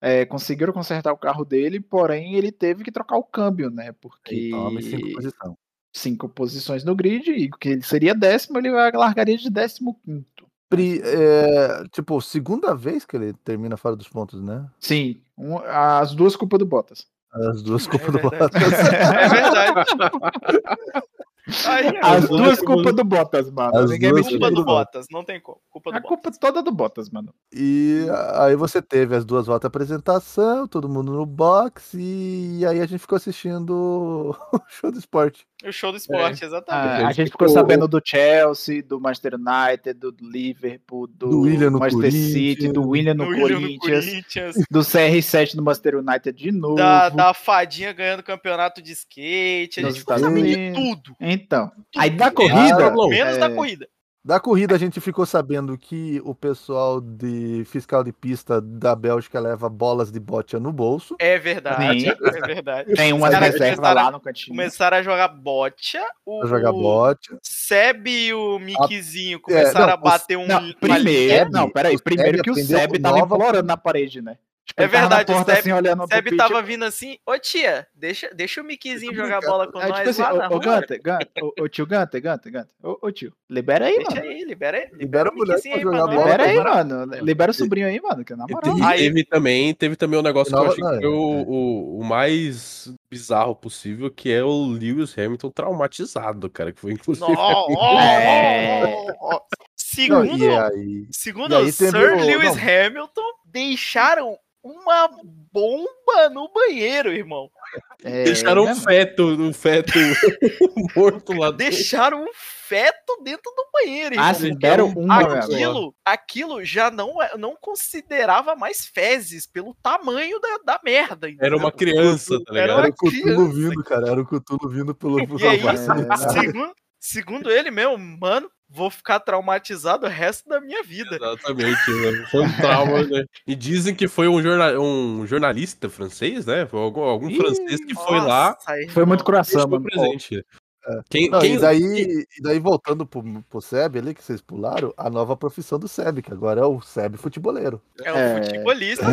S4: É, conseguiram consertar o carro dele, porém ele teve que trocar o câmbio, né? Porque
S2: Então, homem cinco posição.
S4: cinco posições no grid, e que ele seria décimo, ele largaria de décimo quinto.
S2: Pri- é, tipo, segunda vez que ele termina fora dos pontos, né?
S4: Sim, um- as duas culpas do Bottas.
S2: As duas culpas do
S5: É verdade.
S2: Bottas.
S5: É verdade. Aí,
S4: As
S5: é
S4: duas culpas do Bottas, mano.
S2: As
S4: Ninguém
S2: duas
S4: me
S2: culpas
S5: culpa
S4: tira.
S5: do Bottas, não tem como. Culpa
S4: A
S5: do Bottas.
S4: culpa toda do Bottas, mano.
S2: E aí você teve as duas voltas de apresentação, todo mundo no box, e aí a gente ficou assistindo o show do esporte.
S5: É O show do esporte, exatamente.
S4: Ah, a gente ficou sabendo do Chelsea, do Manchester United, do Liverpool, do,
S2: Do Willian no
S4: Manchester City, do William no,
S5: No Willian no
S4: Corinthians,
S5: Corinthians,
S4: do CR7 do Manchester United de novo.
S5: da, da fadinha ganhando campeonato de skate. A
S4: Nos
S5: gente ficou
S4: Estados
S5: sabendo de
S4: Unidos.
S5: tudo.
S4: Então, aí da
S3: Ah,
S4: corrida,
S3: Pablão,
S5: Menos
S4: é.
S5: da corrida.
S2: Da corrida a gente ficou sabendo que o pessoal de fiscal de pista da Bélgica leva bolas de bote no bolso.
S5: É verdade.
S4: Sim.
S5: É verdade.
S4: tem uma
S5: Os caras
S4: reserva
S5: começaram-
S4: lá no cantinho.
S5: Começaram a jogar bocha. O
S2: Pra jogar bote.
S5: Seb e o Mickzinho começaram
S2: não,
S5: a bater um.
S4: É,
S5: É,
S4: Não,
S5: uma linha.
S4: primeiro,
S2: Seb-
S4: não, peraí,
S2: o
S4: primeiro que o
S2: aprendeu
S4: Seb
S2: com
S4: tava
S2: nova-
S4: implorando na parede, né?
S5: É
S4: Ele tava na
S5: verdade, o
S4: porta,
S5: Seb-
S4: assim, olhando pro
S5: Seb
S4: pitch.
S5: tava vindo assim, ô tia, deixa, deixa o Mickeyzinho jogar bola com
S4: É
S5: nós
S4: tipo assim,
S5: lá na
S4: ô, ô
S5: rua.
S4: Gunter, Gunter, ô, ô tio Gunter, Gunter, Gunter, ô, ô tio, libera aí,
S5: Deixa
S4: mano.
S5: aí, libera aí.
S2: Libera o moleque
S5: Mickeyzinho
S2: pra
S5: aí
S2: jogar
S5: pra nós.
S2: bola.
S4: Libera aí,
S2: Bora,
S4: mano. Libera o sobrinho aí, mano, que é na
S3: E,
S4: moral.
S3: te- e
S5: Aí-
S3: teve também, teve também um negócio
S2: Final-
S3: que eu achei que foi o, o, o mais bizarro possível, que é o Lewis Hamilton traumatizado, cara, que foi inclusive
S5: Nó, ó, ó, ó, ó.
S2: Não,
S5: Segundo,
S2: e aí,
S5: segundo
S2: e aí
S5: Sir
S2: teve o- não.
S5: Lewis Hamilton, deixaram uma bomba no banheiro, irmão.
S4: É,
S3: Deixaram
S4: né,
S3: um
S4: mano?
S3: feto, um feto morto lá dentro.
S5: Deixaram um feto dentro do banheiro, irmão.
S4: Ah,
S3: Assim,
S4: sim, deram uma,
S2: é,
S4: velho.
S5: Aquilo, aquilo já não, é- não considerava mais fezes pelo tamanho da, da merda.
S3: Era uma
S5: entendeu?
S3: criança, tá
S5: Era
S3: ligado?
S2: era
S5: uma
S2: o Cutulo
S5: criança.
S2: vindo, cara. Era o Cutulo vindo pelo pelo
S5: E é
S2: rapaz.
S5: isso. Segundo, segundo ele mesmo, mano, vou ficar traumatizado o resto da minha vida.
S3: Exatamente, mano. Foi um trauma, né? E dizem que foi um, jorna- um jornalista francês, né? Foi algum, algum
S4: Ih,
S3: francês que foi lá
S5: Nossa, irmão.
S4: Foi muito coração,
S3: deixou
S4: mano.
S3: presente. Quem,
S2: Não,
S3: quem-
S2: e, daí, e daí, voltando pro, pro Seb ali, que vocês pularam, a nova profissão do Seb, que agora é o Seb futeboleiro.
S5: É um
S4: É.
S5: futebolista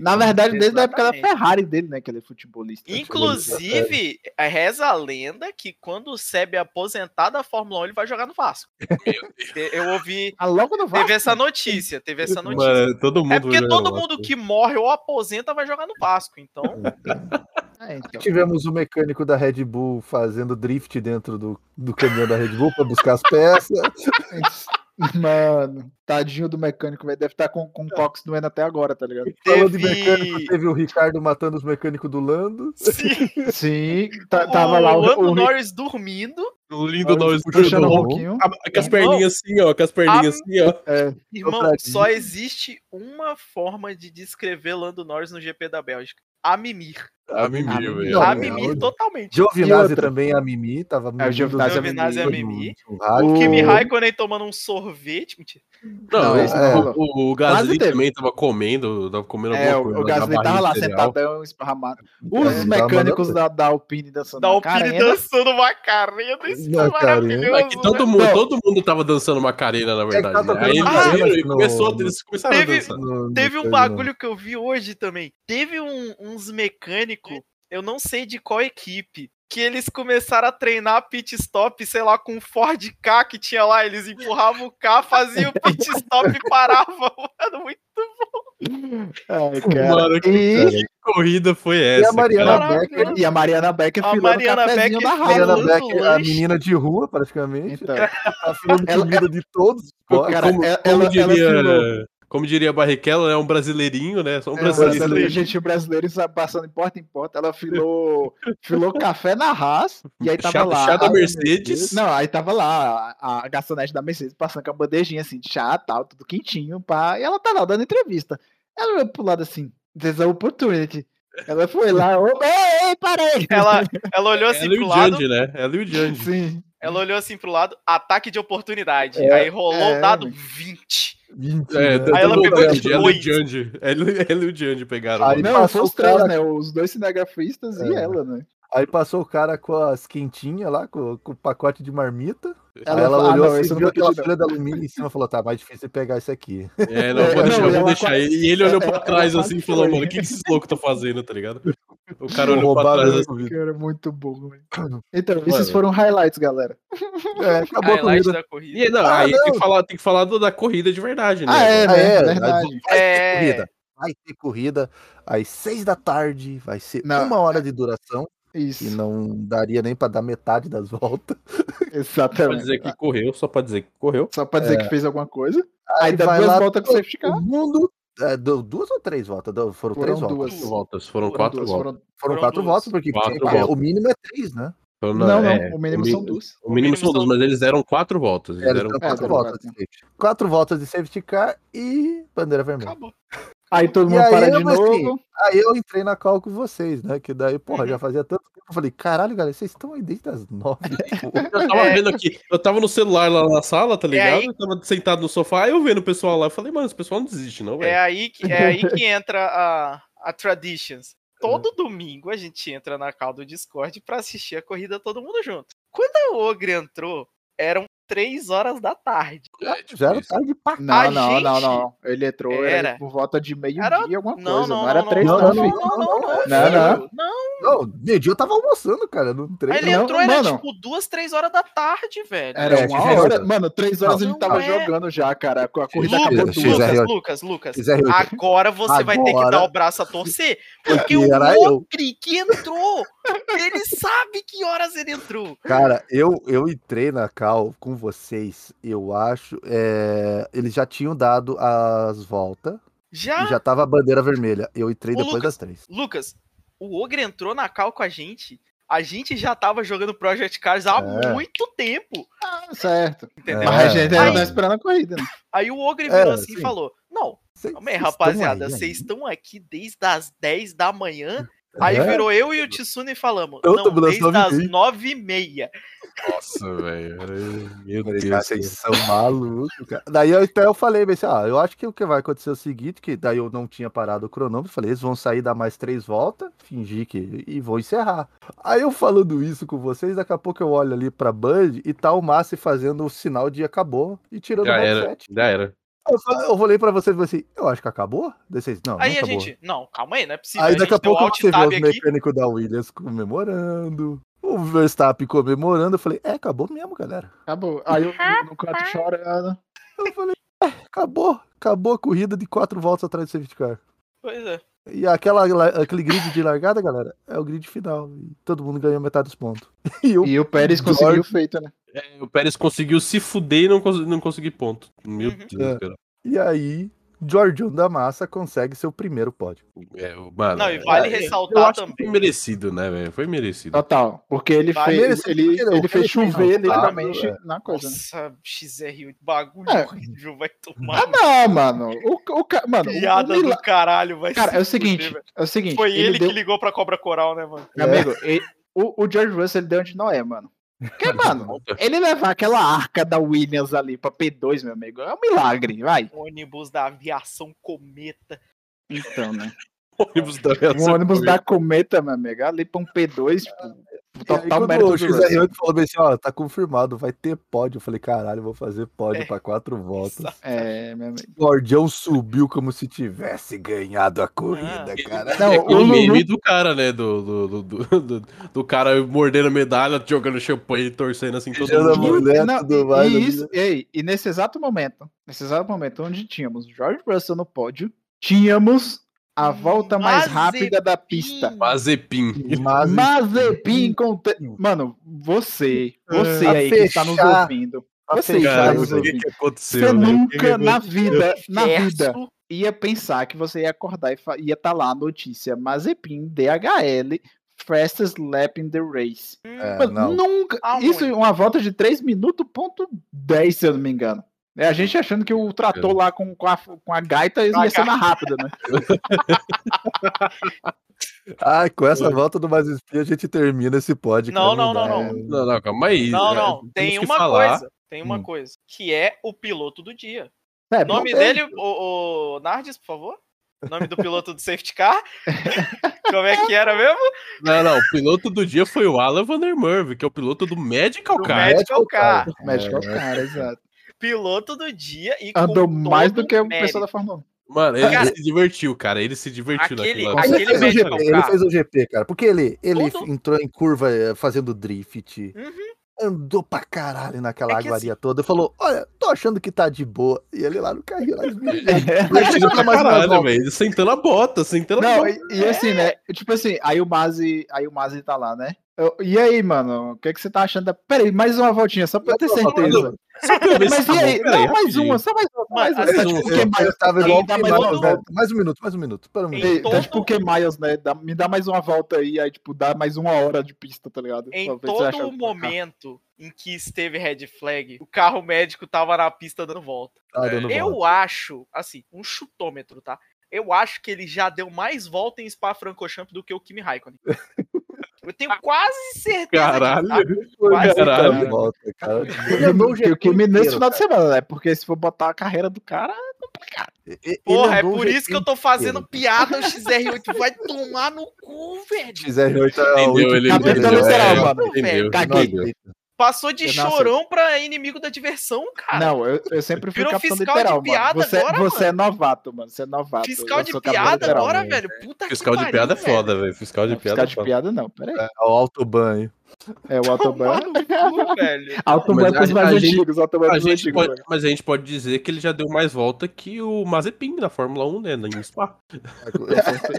S4: Na verdade, desde a época da
S5: Exatamente.
S4: Ferrari dele, né, que ele é futebolista. é.
S5: Inclusive, reza a lenda que quando o Seb aposentar da Fórmula 1, ele vai jogar no Vasco. Eu ouvi.
S4: Ah, logo no Vasco.
S5: Teve essa notícia, teve essa notícia.
S3: mano, todo mundo
S5: é porque
S3: jogando
S5: todo
S3: lá.
S5: mundo que morre ou aposenta vai jogar no Vasco, então.
S4: É, então.
S2: Tivemos o mecânico da Red Bull fazendo drift dentro do, do caminhão da Red Bull pra buscar as peças.
S4: Mano, tadinho do mecânico, velho. Deve estar com, com o
S5: É.
S4: cox doendo até agora, tá ligado?
S2: Falando de
S5: Teve-
S2: mecânico, teve o Ricardo matando os mecânicos do Lando.
S5: Sim,
S4: Sim, ta- Tá, tava lá
S5: o
S4: o,
S5: Lando
S4: o, Rick
S5: Norris dormindo.
S3: O lindo nós
S4: puxando um o
S2: Norris.
S4: ronquinho.
S3: Ah, Com as perninhas assim, ó. Com as perninhas assim, ó.
S4: É,
S5: Irmão,
S2: Dobradinho.
S5: só existe uma forma de descrever Lando Norris no GP da Bélgica. A mimir.
S3: A mimir, Tá velho.
S2: Não,
S5: a
S2: não,
S5: mimir
S2: não.
S5: totalmente.
S4: E
S2: Giovinazzi
S4: outra?
S2: também, a Mimi, tava
S4: É, o Giovinazzi
S5: é a Mimi. Mimi.
S4: O-
S5: O Kimi
S4: Ô.
S5: Raikkonen tomando um sorvete. Mentira.
S3: Não,
S4: Não, esse
S3: o-
S4: não.
S3: o, o
S4: Quase
S3: Gasly
S4: teve.
S3: também tava comendo, tava comendo
S4: é,
S3: alguma coisa.
S4: o, o
S3: na
S4: Gasly tava
S3: barrinha
S4: lá
S3: de cereal.
S4: sentadão, esparramado. Os
S2: É,
S4: mecânicos
S2: tava
S4: da, da Alpine dançando.
S5: Da
S4: na
S5: Alpine
S4: carena.
S5: dançando uma carena. Isso foi
S2: Macarena.
S3: É que
S5: maravilhoso. né?
S3: todo mundo,
S4: Não.
S3: todo mundo tava dançando Macarena, na verdade.
S2: tava
S3: né? Aí eles
S5: dançando
S3: viram e
S2: no-
S3: começou,
S2: no-
S3: eles começaram a
S5: Teve-
S3: dançar.
S5: Teve um bagulho que eu vi hoje também. Teve um- uns mecânicos, eu não sei de qual equipe, que eles começaram a treinar pit stop, sei lá, com um Ford K que tinha lá. Eles empurravam o K, faziam o pit stop e paravam. Mano, muito
S4: Ai, É, cara.
S3: Mano, que
S4: E,
S3: corrida foi
S2: E
S3: essa?
S2: a Mariana
S5: cara.
S2: Becker,
S4: e a Mariana Becker
S5: A
S4: filando
S5: Mariana
S4: cafezinho
S5: Becker
S4: da
S2: Mariana
S4: Haas.
S5: filando-
S4: né?
S2: Becker, a
S5: lanche.
S2: menina de rua, praticamente,
S4: Então,
S2: tá filando
S4: Ela-
S2: comida de todos os cortes.
S4: cara,
S3: como,
S4: ela-
S3: como
S4: ela-
S3: diria,
S4: ela
S3: como diria Barrichello, é um brasileirinho, né? Só um
S4: É,
S3: brasileiro.
S4: brasileiro, gente brasileira sabe, passando de porta em porta, ela filou, filou café na Haas, e aí tava
S3: Chá-
S4: lá.
S3: chá da
S4: a-
S3: Mercedes.
S4: Não, aí tava lá a, a garçonete da Mercedes passando com a bandejinha assim, de chá tal, tudo quentinho, pá. E ela tá lá dando entrevista. Ela olhou pro lado assim, there's a opportunity. Ela foi lá, ô, ei, ei, parei!
S5: Ela, ela olhou assim
S3: Ela e
S5: pro
S3: o
S5: lado,
S3: Jandy, É né? Ela e o Jandy.
S4: Sim.
S5: ela olhou assim pro lado, ataque de oportunidade.
S2: É,
S5: Aí rolou
S4: é,
S5: o dado 20.
S3: É,
S2: Mentira.
S5: Aí ela
S3: todo
S5: pegou
S3: mundo,
S5: de
S3: Ela e o
S5: dois.
S3: Jandy. Ela ela e o Jandy É pegaram.
S2: Aí-
S4: Não,
S2: passou
S4: foi os
S2: o
S4: três,
S2: cara-
S4: né? Os dois cinegrafistas e
S2: É.
S4: ela, né?
S2: Aí passou o cara com as quentinhas lá, com, com o pacote de marmita.
S4: Ela
S2: aí ela
S4: falou, "Ah,
S2: olhou
S4: não, esse
S2: assim,
S4: eu não
S2: viu
S4: vou
S2: aquela
S4: pedir, não."
S2: folha de alumínio em cima e falou: tá, mais difícil pegar isso aqui.
S3: É, não, vou
S4: É,
S3: deixar,
S4: não,
S3: vou
S4: ela
S3: deixar.
S4: quase-
S3: E ele olhou
S4: ela-
S3: pra
S4: ela
S3: trás
S4: quase
S3: assim e falou,
S4: foi.
S3: mano, o que que esses loucos estão fazendo, tá ligado? O cara olhou pra
S2: Roubaram
S4: né?
S3: trás
S2: a
S3: assim.
S2: comida.
S4: Cara, muito bom, velho. Então, esses
S3: Mano.
S4: foram highlights, galera.
S2: É, acabou a
S5: Highlight
S2: comida.
S5: da corrida.
S3: assim, E, não,
S2: Ah,
S3: aí Tem,
S2: não.
S3: que falar, tem que falar do- da corrida de verdade, né?
S4: Ah, é,
S2: Ah,
S4: né?
S2: é,
S4: Verdade.
S2: Vai
S5: É.
S2: ter corrida. Vai ter corrida às seis da tarde, vai ser
S4: Não.
S2: uma hora de duração,
S4: Isso.
S2: que não daria nem pra dar metade das voltas.
S3: Só pra
S4: Exatamente.
S3: dizer que correu, só pra dizer que correu.
S4: Só pra dizer que fez alguma coisa. Aí dá
S2: vai
S4: duas
S2: lá
S4: voltas com
S2: todo
S4: safety car.
S2: mundo. é, deu duas ou três voltas? Deu- Foram,
S4: Foram
S2: três voltas.
S4: duas.
S3: Quatro voltas, foram
S4: Foram
S3: quatro
S4: duas,
S3: voltas.
S4: foram-
S2: Foram
S5: Foram
S2: quatro
S5: duas.
S2: voltas, porque
S3: Quatro
S2: porque
S3: voltas.
S2: o mínimo é três, né?
S3: Então,
S4: Não, não.
S3: é,
S4: o mínimo são duas.
S3: O mínimo são
S5: mínimo
S3: duas,
S5: são
S3: mas eles deram quatro voltas. Eles
S2: É,
S3: deram
S2: então,
S4: É,
S2: quatro
S4: deram
S2: voltas.
S4: quatro.
S2: de safety. Quatro voltas de safety car e bandeira vermelha.
S5: Acabou.
S4: Aí todo
S2: E
S4: mundo
S2: aí,
S4: para de
S2: mas assim,
S4: novo.
S2: Aí eu entrei na call com vocês, né? Que daí, porra,
S5: Uhum.
S2: já fazia tanto tempo. Eu falei, caralho, galera, vocês estão aí desde as nove.
S3: Eu tava
S5: É.
S3: vendo aqui, eu tava no celular lá na sala, tá ligado?
S5: aí-
S3: Eu tava sentado no sofá, aí eu vendo o pessoal lá, eu falei, mano, esse pessoal não desiste, não,
S5: É
S3: velho.
S5: aí que, é aí que entra a, a
S4: É.
S5: Traditions. Todo domingo a gente entra na call do Discord pra assistir a corrida todo mundo junto. Quando a Ogre entrou, eram 3 horas da tarde.
S3: É, tipo
S2: Já era
S3: isso.
S2: tarde pra
S4: Não,
S5: A
S4: não, não,
S5: gente-
S4: não. Ele entrou era
S5: Era.
S4: por volta de meio-dia,
S5: Era-
S4: alguma coisa.
S5: Não,
S4: Não,
S5: não,
S4: era
S5: não,
S4: três,
S5: não,
S4: não,
S5: não,
S4: filho.
S5: não, não, não,
S4: Não, não.
S5: filho, não.
S2: Não, meio-dia eu tava almoçando, cara, no
S5: Aí
S2: treino.
S5: ele
S4: Não,
S5: entrou, era
S4: mano.
S5: tipo duas, três horas da tarde, velho.
S4: Era
S2: É,
S4: uma
S2: XR8.
S4: hora. Mano, três horas
S5: Não,
S4: ele tava
S5: é.
S4: jogando já, cara. A corrida
S5: Lucas,
S4: acabou
S5: Lucas,
S2: XR8.
S4: duas.
S5: Lucas, Lucas,
S2: XR8.
S5: Agora você vai ter que
S2: Agora.
S5: dar o braço a torcer, porque
S2: Porque
S5: o
S2: era eu.
S5: Mopri que entrou, ele sabe que horas ele entrou.
S2: Cara, eu, eu entrei na Cal com vocês, eu acho. é, eles já tinham dado as voltas
S5: Já,
S2: e já tava a bandeira vermelha. Eu entrei
S5: Ô,
S2: depois
S5: Ah. Lucas.
S2: das três.
S5: Lucas, o Ogre entrou na cal com a gente, a gente já tava jogando Project Cars há
S2: É.
S5: muito tempo,
S4: Ah, certo.
S5: entendeu?
S4: Mas a gente ainda
S5: Aí-
S4: tá esperando a corrida. né?
S5: Aí o Ogre
S2: É,
S5: virou assim e
S2: sim.
S5: falou, não,
S2: Cês-
S5: calma aí,
S2: cês tão
S5: rapaziada,
S2: aí
S5: vocês
S2: ainda?
S5: estão aqui desde as 10 da manhã, aí
S2: É.
S5: virou eu e o Tsune e falamos,
S2: Eu
S5: não,
S2: tô das
S5: desde
S2: nove e
S5: as
S2: meia."
S5: 9 e meia.
S3: Nossa, velho. era- Meu
S2: Falei,
S3: Deus.
S2: cara, vocês são malucos, cara. Daí eu, então eu falei, pensei, ah, eu acho que o que vai acontecer é o seguinte, que daí eu não tinha parado o cronômetro, falei, eles vão sair dar mais três voltas, fingir que. e vou encerrar. Aí eu falando isso com vocês, daqui a pouco eu olho ali pra Band e tá o Massi fazendo o sinal de acabou e tirando o
S3: Já era.
S2: headset.
S3: Já era.
S2: Eu, falei, eu olhei pra vocês e falei assim, eu acho que acabou? Daí vocês, não,
S5: aí
S2: não
S5: a
S2: acabou.
S5: gente, não, calma aí, não é possível,
S2: Aí
S5: a gente
S2: daqui a
S5: deu
S2: pouco
S5: alt
S2: você vê
S5: tab
S2: os
S5: aqui.
S2: mecânicos da Williams comemorando, o Verstappen comemorando, eu falei, é, acabou mesmo, galera.
S4: Acabou. Aí eu no- no canto chorando.
S2: Eu falei, "É, acabou, acabou a corrida de quatro voltas atrás do safety car.
S5: Pois é.
S2: E aquela, la- aquele grid de largada, galera, é o grid final. E todo mundo ganhou metade dos pontos. E eu,
S4: E o Pérez
S2: Jorge-
S4: conseguiu o feito, né?
S3: É, O Pérez conseguiu se fuder e não, cons- não conseguir ponto. Meu
S5: Uhum.
S3: Deus,
S2: É.
S3: cara.
S2: e aí, Jordan da Massa consegue seu primeiro pódio.
S3: É, o- mano,
S5: Não, e
S3: é-
S5: vale
S3: é- eu
S5: ressaltar
S3: acho que
S5: também.
S3: Foi merecido, né, velho? Foi merecido.
S4: Total. Porque ele
S5: Vai,
S4: fez.
S2: merecido,
S4: Ele,
S2: porque não,
S4: ele fez
S2: ele fez
S4: chover
S2: resultado,
S4: literalmente
S2: é.
S4: na coisa. né?
S5: Nossa, XR8, bagulho
S4: É.
S5: horrível, vai
S4: Ah,
S5: tomar uma
S4: não, mano. O, o, ca- mano, o- o
S5: piada
S4: mila-
S5: do caralho, vai
S4: Cara,
S5: se
S4: é o
S5: fuder,
S4: seguinte.
S5: velho.
S4: É o seguinte.
S5: Foi ele,
S4: deu-
S5: que ligou pra Cobra Coral, né, mano?
S4: Meu amigo, ele- o, o George Russell ele deu onde não é, mano. Porque, mano, ele levar aquela arca da Williams ali pra P2, meu amigo, é um milagre, vai.
S5: Ônibus da aviação cometa.
S4: Então, né?
S3: O ônibus da
S4: Um ônibus da Cometa, meu amigo, ali pra um P2, tipo,
S5: Tá,
S2: E aí,
S4: total
S2: quando
S4: mérito
S2: o
S4: do Russell.
S2: XR8 falou bem assim, ó, tá confirmado, vai ter pódio. Eu falei, caralho, vou fazer pódio
S5: É.
S2: pra quatro voltas.
S5: Nossa.
S4: É, meu amigo.
S2: Gordão subiu como se tivesse ganhado a corrida,
S5: Ah.
S2: cara.
S4: Não,
S3: É
S4: o
S3: aquele
S4: Lulu-
S3: meme do cara, né? Do, do, do, do, do- do cara mordendo medalha, jogando champanhe e torcendo assim todo
S2: Beijando a
S3: mundo.
S2: mão. mulher,
S4: Não,
S2: Tá né? tudo
S4: e-
S2: mais,
S4: e,
S2: amigo.
S4: isso, ei, e nesse exato momento, nesse exato momento onde tínhamos George Russell no pódio, tínhamos a volta mais rápida da pista.
S3: Mazepin.
S2: Mas,
S4: Mazepin com. te- Mano, você, você
S2: Ah,
S4: aí que está nos
S2: fechar.
S4: ouvindo, você
S2: fechar,
S4: está
S3: Cara,
S4: nos
S3: o que,
S4: ouvindo.
S3: que aconteceu?
S4: Você
S3: né?
S4: nunca na vida, na vida,
S5: Verso,
S4: ia pensar que você ia acordar e fa- ia estar lá a notícia Mazepin DHL fastest lap in the race.
S2: É,
S4: Mas
S2: não.
S4: nunca.
S5: Aonde?
S4: Isso é uma volta de 3 minutos ponto 10, se eu não me engano. É a gente achando que o trator lá com, com, a, com a gaita
S5: Com a
S4: ia ser mais rápido, né?
S2: Ah, com essa volta do Mais Espia a gente termina esse pódio.
S5: Não,
S2: cara,
S5: não,
S2: dá,
S5: não,
S2: é.
S3: Não, não, calma aí.
S5: Não,
S3: é,
S5: não,
S3: temos
S5: tem
S3: que
S5: uma
S3: falar.
S5: coisa. Tem uma
S2: Hum.
S5: coisa, que é o piloto do dia.
S4: É,
S5: O nome
S4: bom,
S5: dele, o, o Nardes, por favor. O nome do piloto do safety car. Como é que era mesmo?
S3: Não, não, o piloto do dia foi o Alan Vandermeer, que é o piloto do Medical
S5: Do
S3: Car.
S5: Medical Car.
S4: o Médico é o cara, exato.
S5: Piloto do dia e com
S4: Andou mais
S5: todo um
S4: do que o
S5: mérito.
S4: pessoal da Fórmula 1.
S3: Mano, ele
S5: Cara,
S3: se divertiu, cara. Ele se divertiu
S5: aquele-
S3: naquela.
S2: Mas
S5: aquele
S2: ele, fez o
S5: médico,
S2: GP, ele
S5: cara.
S2: fez o GP, cara. Porque ele, ele
S5: Tudo.
S2: entrou em curva eh, fazendo drift.
S5: Uhum.
S2: Andou pra caralho naquela
S5: É que
S2: aguaria toda. E falou: Olha, tô achando que tá de boa. E ele lá no carrinho, lá esmirilhando.
S3: Ele
S2: Ele
S3: tirou
S2: pra
S3: pra
S2: mais uma
S3: caralho,
S2: volta.
S3: velho. Ele sentando a bota, sentando a
S4: Não,
S3: bota.
S4: e, e assim, né? Tipo assim, aí o Mazi, aí o Mazi tá lá, né? Eu- e aí, mano, o que, que você tá achando? da- Peraí, mais uma voltinha, só pra eu ter certeza.
S3: Só pra eu ver se
S4: Mas
S3: tá
S4: e
S3: bom,
S4: aí?
S3: peraí,
S4: Não, mais
S3: rapidinho.
S4: uma, só mais uma. só Mais uma.
S5: Mano, assim,
S4: Tá tipo
S3: eu-
S4: o que Miles,
S2: Eu tava igual
S4: dá
S2: o
S4: mais uma
S2: Miles, né?
S4: volta.
S2: Mais um minuto, mais um minuto. Pera um
S5: Em
S2: minuto.
S4: Ei,
S5: todo-
S4: Tá tipo o que Miles, né? Dá- me dá mais uma volta aí, aí tipo, dá mais uma hora de pista, tá ligado? Só
S5: Em
S4: pra você achar
S5: todo o
S4: que-
S5: momento em que esteve red flag, o carro médico tava na pista dando volta.
S2: Tá dando
S5: Eu
S2: volta.
S5: acho, assim, um chutômetro, tá? Eu acho que ele já deu mais volta em Spa-Francorchamps do que o Kimi Raikkonen. Eu tenho quase certeza
S3: Caralho.
S5: disso, tá?
S2: Ele tá
S3: Caralho.
S2: dando volta, cara. Ele
S3: é
S2: andou o
S4: Porque o
S2: GP
S4: Kimi nesse
S2: inteiro,
S4: final de semana, né? Porque se for botar a carreira do cara, é complicado.
S2: E- e-
S5: Porra,
S2: ele
S5: é
S2: andou o
S5: por
S2: GP
S5: isso que eu tô fazendo piada o XR8. Vai tomar no cu, velho.
S2: XR8 é o
S3: Entendeu? Ele
S4: Tá
S2: Wikipedia,
S4: tentando
S2: né?
S3: entendeu.
S4: ser
S3: é,
S4: alma,
S3: entendeu,
S5: velho.
S3: entendeu.
S4: Caguei.
S5: Passou de
S4: Eu não
S5: chorão pra inimigo da diversão, cara.
S4: Não, eu, eu sempre fui
S5: Virou
S4: capitão
S5: fiscal
S4: literal,
S5: de piada
S4: mano. Você,
S5: agora,
S4: você
S5: mano?
S4: é novato, mano. Você é novato.
S5: Fiscal
S4: Eu
S5: de
S4: sou capitão
S5: piada
S4: literal,
S5: agora,
S4: mano.
S5: velho. Puta
S3: Fiscal
S5: que
S3: de
S5: pariu,
S3: piada é
S5: velho.
S3: foda, velho. Fiscal de
S4: Não,
S3: piada é
S4: fiscal de
S3: foda.
S4: piada não, peraí.
S2: É o autobanho.
S4: É o Autoban.
S5: Tomar no cu, velho.
S4: Autoban
S3: Mas
S4: pros
S3: a-
S4: mais
S3: a gente-
S4: antigos, Autoban
S3: A
S4: pros
S3: gente
S4: antigos. né?
S3: pode, mas a gente pode dizer que ele já deu mais volta que o Mazepin na Fórmula 1, né? Em Spa.
S4: velho.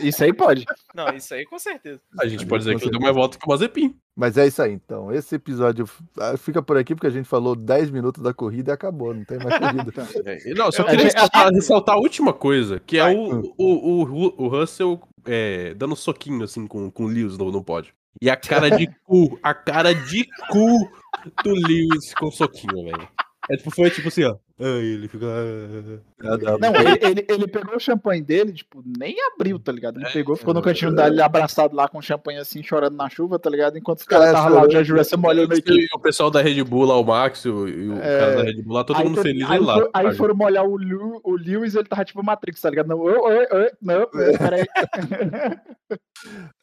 S4: Isso aí pode.
S5: Não, isso aí com certeza.
S3: A gente pode dizer que ele deu mais volta que o Mazepin.
S2: Mas é isso aí, então. Esse episódio ah, fica por aqui porque a gente falou 10 minutos da corrida e acabou, não tem mais corrida.
S3: É, Não, só
S5: Eu-
S3: queria
S4: eu-
S3: ressaltar, ressaltar a última coisa, que é
S5: Vai.
S3: o, o, o, Ru- o Russell é, dando soquinho assim com, com o Lewis no, no pódio. E a cara de cu, a cara de cu do Lewis com o soquinho, velho. É, tipo, foi tipo assim, ó. Aí ele fica.
S4: Não, ele, ele- ele pegou o champanhe dele, tipo, nem abriu, tá ligado?
S3: É,
S4: Ele pegou, ficou no cantinho dele abraçado lá com o champanhe assim, chorando na chuva, tá ligado? Enquanto os caras
S2: Cara,
S4: estavam lá,
S2: chorando.
S4: já jurou, você molhou meio que.
S3: E o pessoal da Red Bull lá, o Max e o, e o
S4: ah, É.
S3: cara da Red Bull lá, todo
S4: Aí
S3: mundo
S4: to-
S3: feliz
S4: aí,
S3: ele lá.
S4: foi- aí
S3: cara.
S4: foram molhar o, Lew- o Lewis, ele tava tipo Matrix, tá ligado? Não, ô, ô, ô, não, peraí.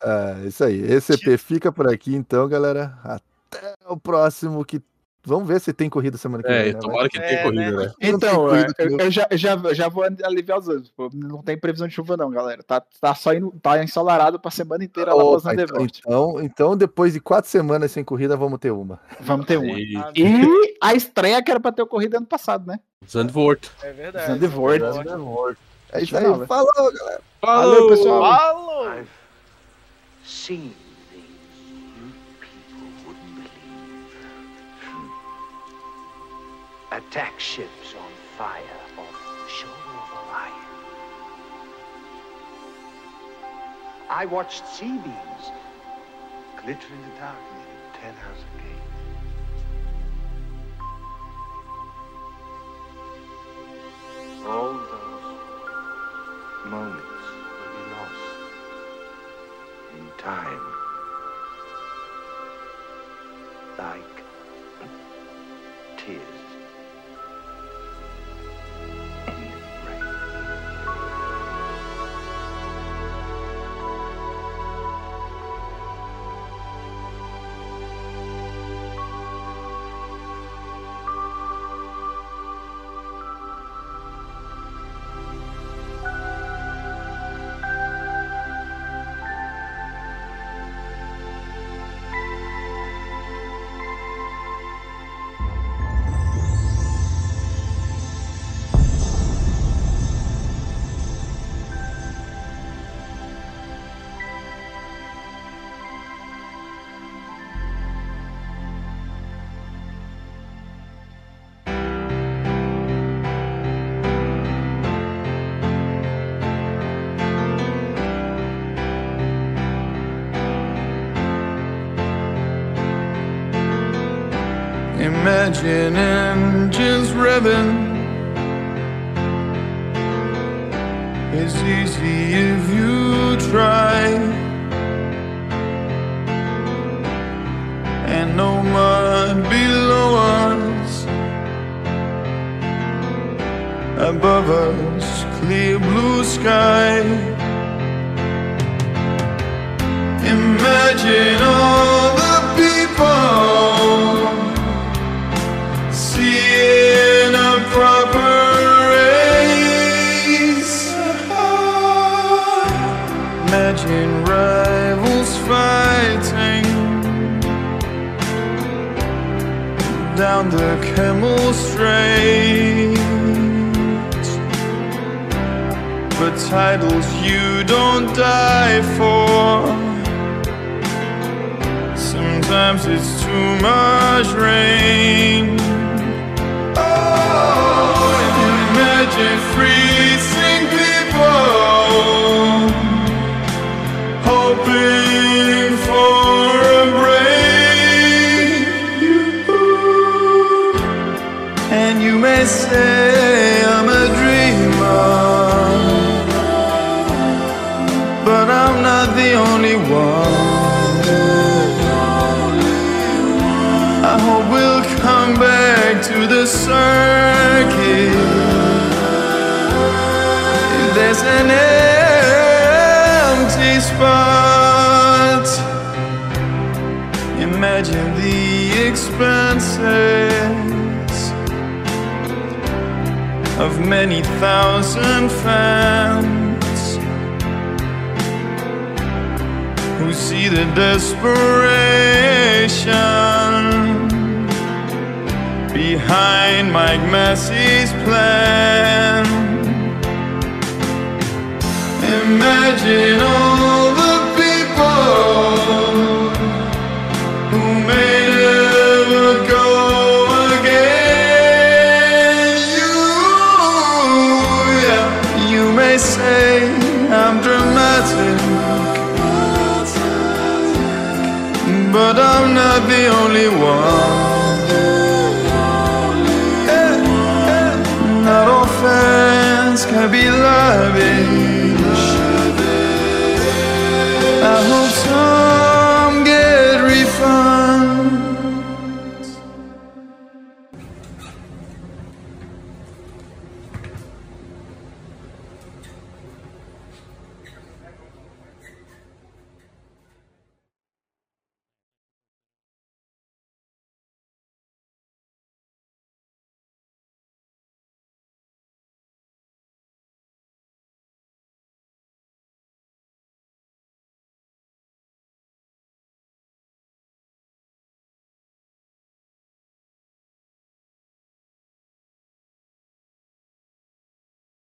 S2: É isso aí. Esse EP fica por aqui, então, galera. Até o próximo que. Vamos ver se tem corrida semana que vem.
S3: É,
S2: né?
S3: tomara que
S5: É,
S3: tenha corrida,
S5: né?
S3: né?
S2: Não tem
S4: Então, é,
S2: corrida que
S4: eu,
S2: não-
S4: eu já, já, já vou aliviar os anos. pô. Não tem previsão de chuva, não, galera. Tá, tá só in- tá ensolarado pra semana inteira lá
S2: Opa,
S4: pra Zandvoort.
S2: então, então, então, depois de quatro semanas sem corrida, vamos ter uma.
S4: Vamos ter um uma.
S3: E
S4: E a estreia que era pra ter ocorrido ano passado, né?
S3: Zandvoort.
S5: É verdade.
S4: Zandvoort.
S2: É isso aí.
S4: Não, né?
S2: Falou,
S4: Valeu, pessoal.
S5: Falou!
S1: seen things you people wouldn't believe. Attack ships on fire off the shore of Orion. I watched sea beams glitter in the darkness at 10 hours a day. All those moments will be lost in time. Like tears in rain.
S7: Imagine engines revving. It's easy if you try. And no mud below us. Above us, clear blue sky. Imagine all the people seeing a proper race. Imagine rivals fighting down the Camel Strait. But titles you don't die for. Sometimes it's too much rain. Oh, imagine freezing people hoping for a break. And you may say I'm a dreamer, but I'm not the only one. I hope we'll come back to the circuit. If there's an empty spot, imagine the expenses of many thousand fans who see the desperation behind Mike Massey's plan. Imagine all the people who may never go again. You, yeah, you may say I'm dramatic, but I'm not the only one. Eh, eh, Not all fans can be loving. I hope so.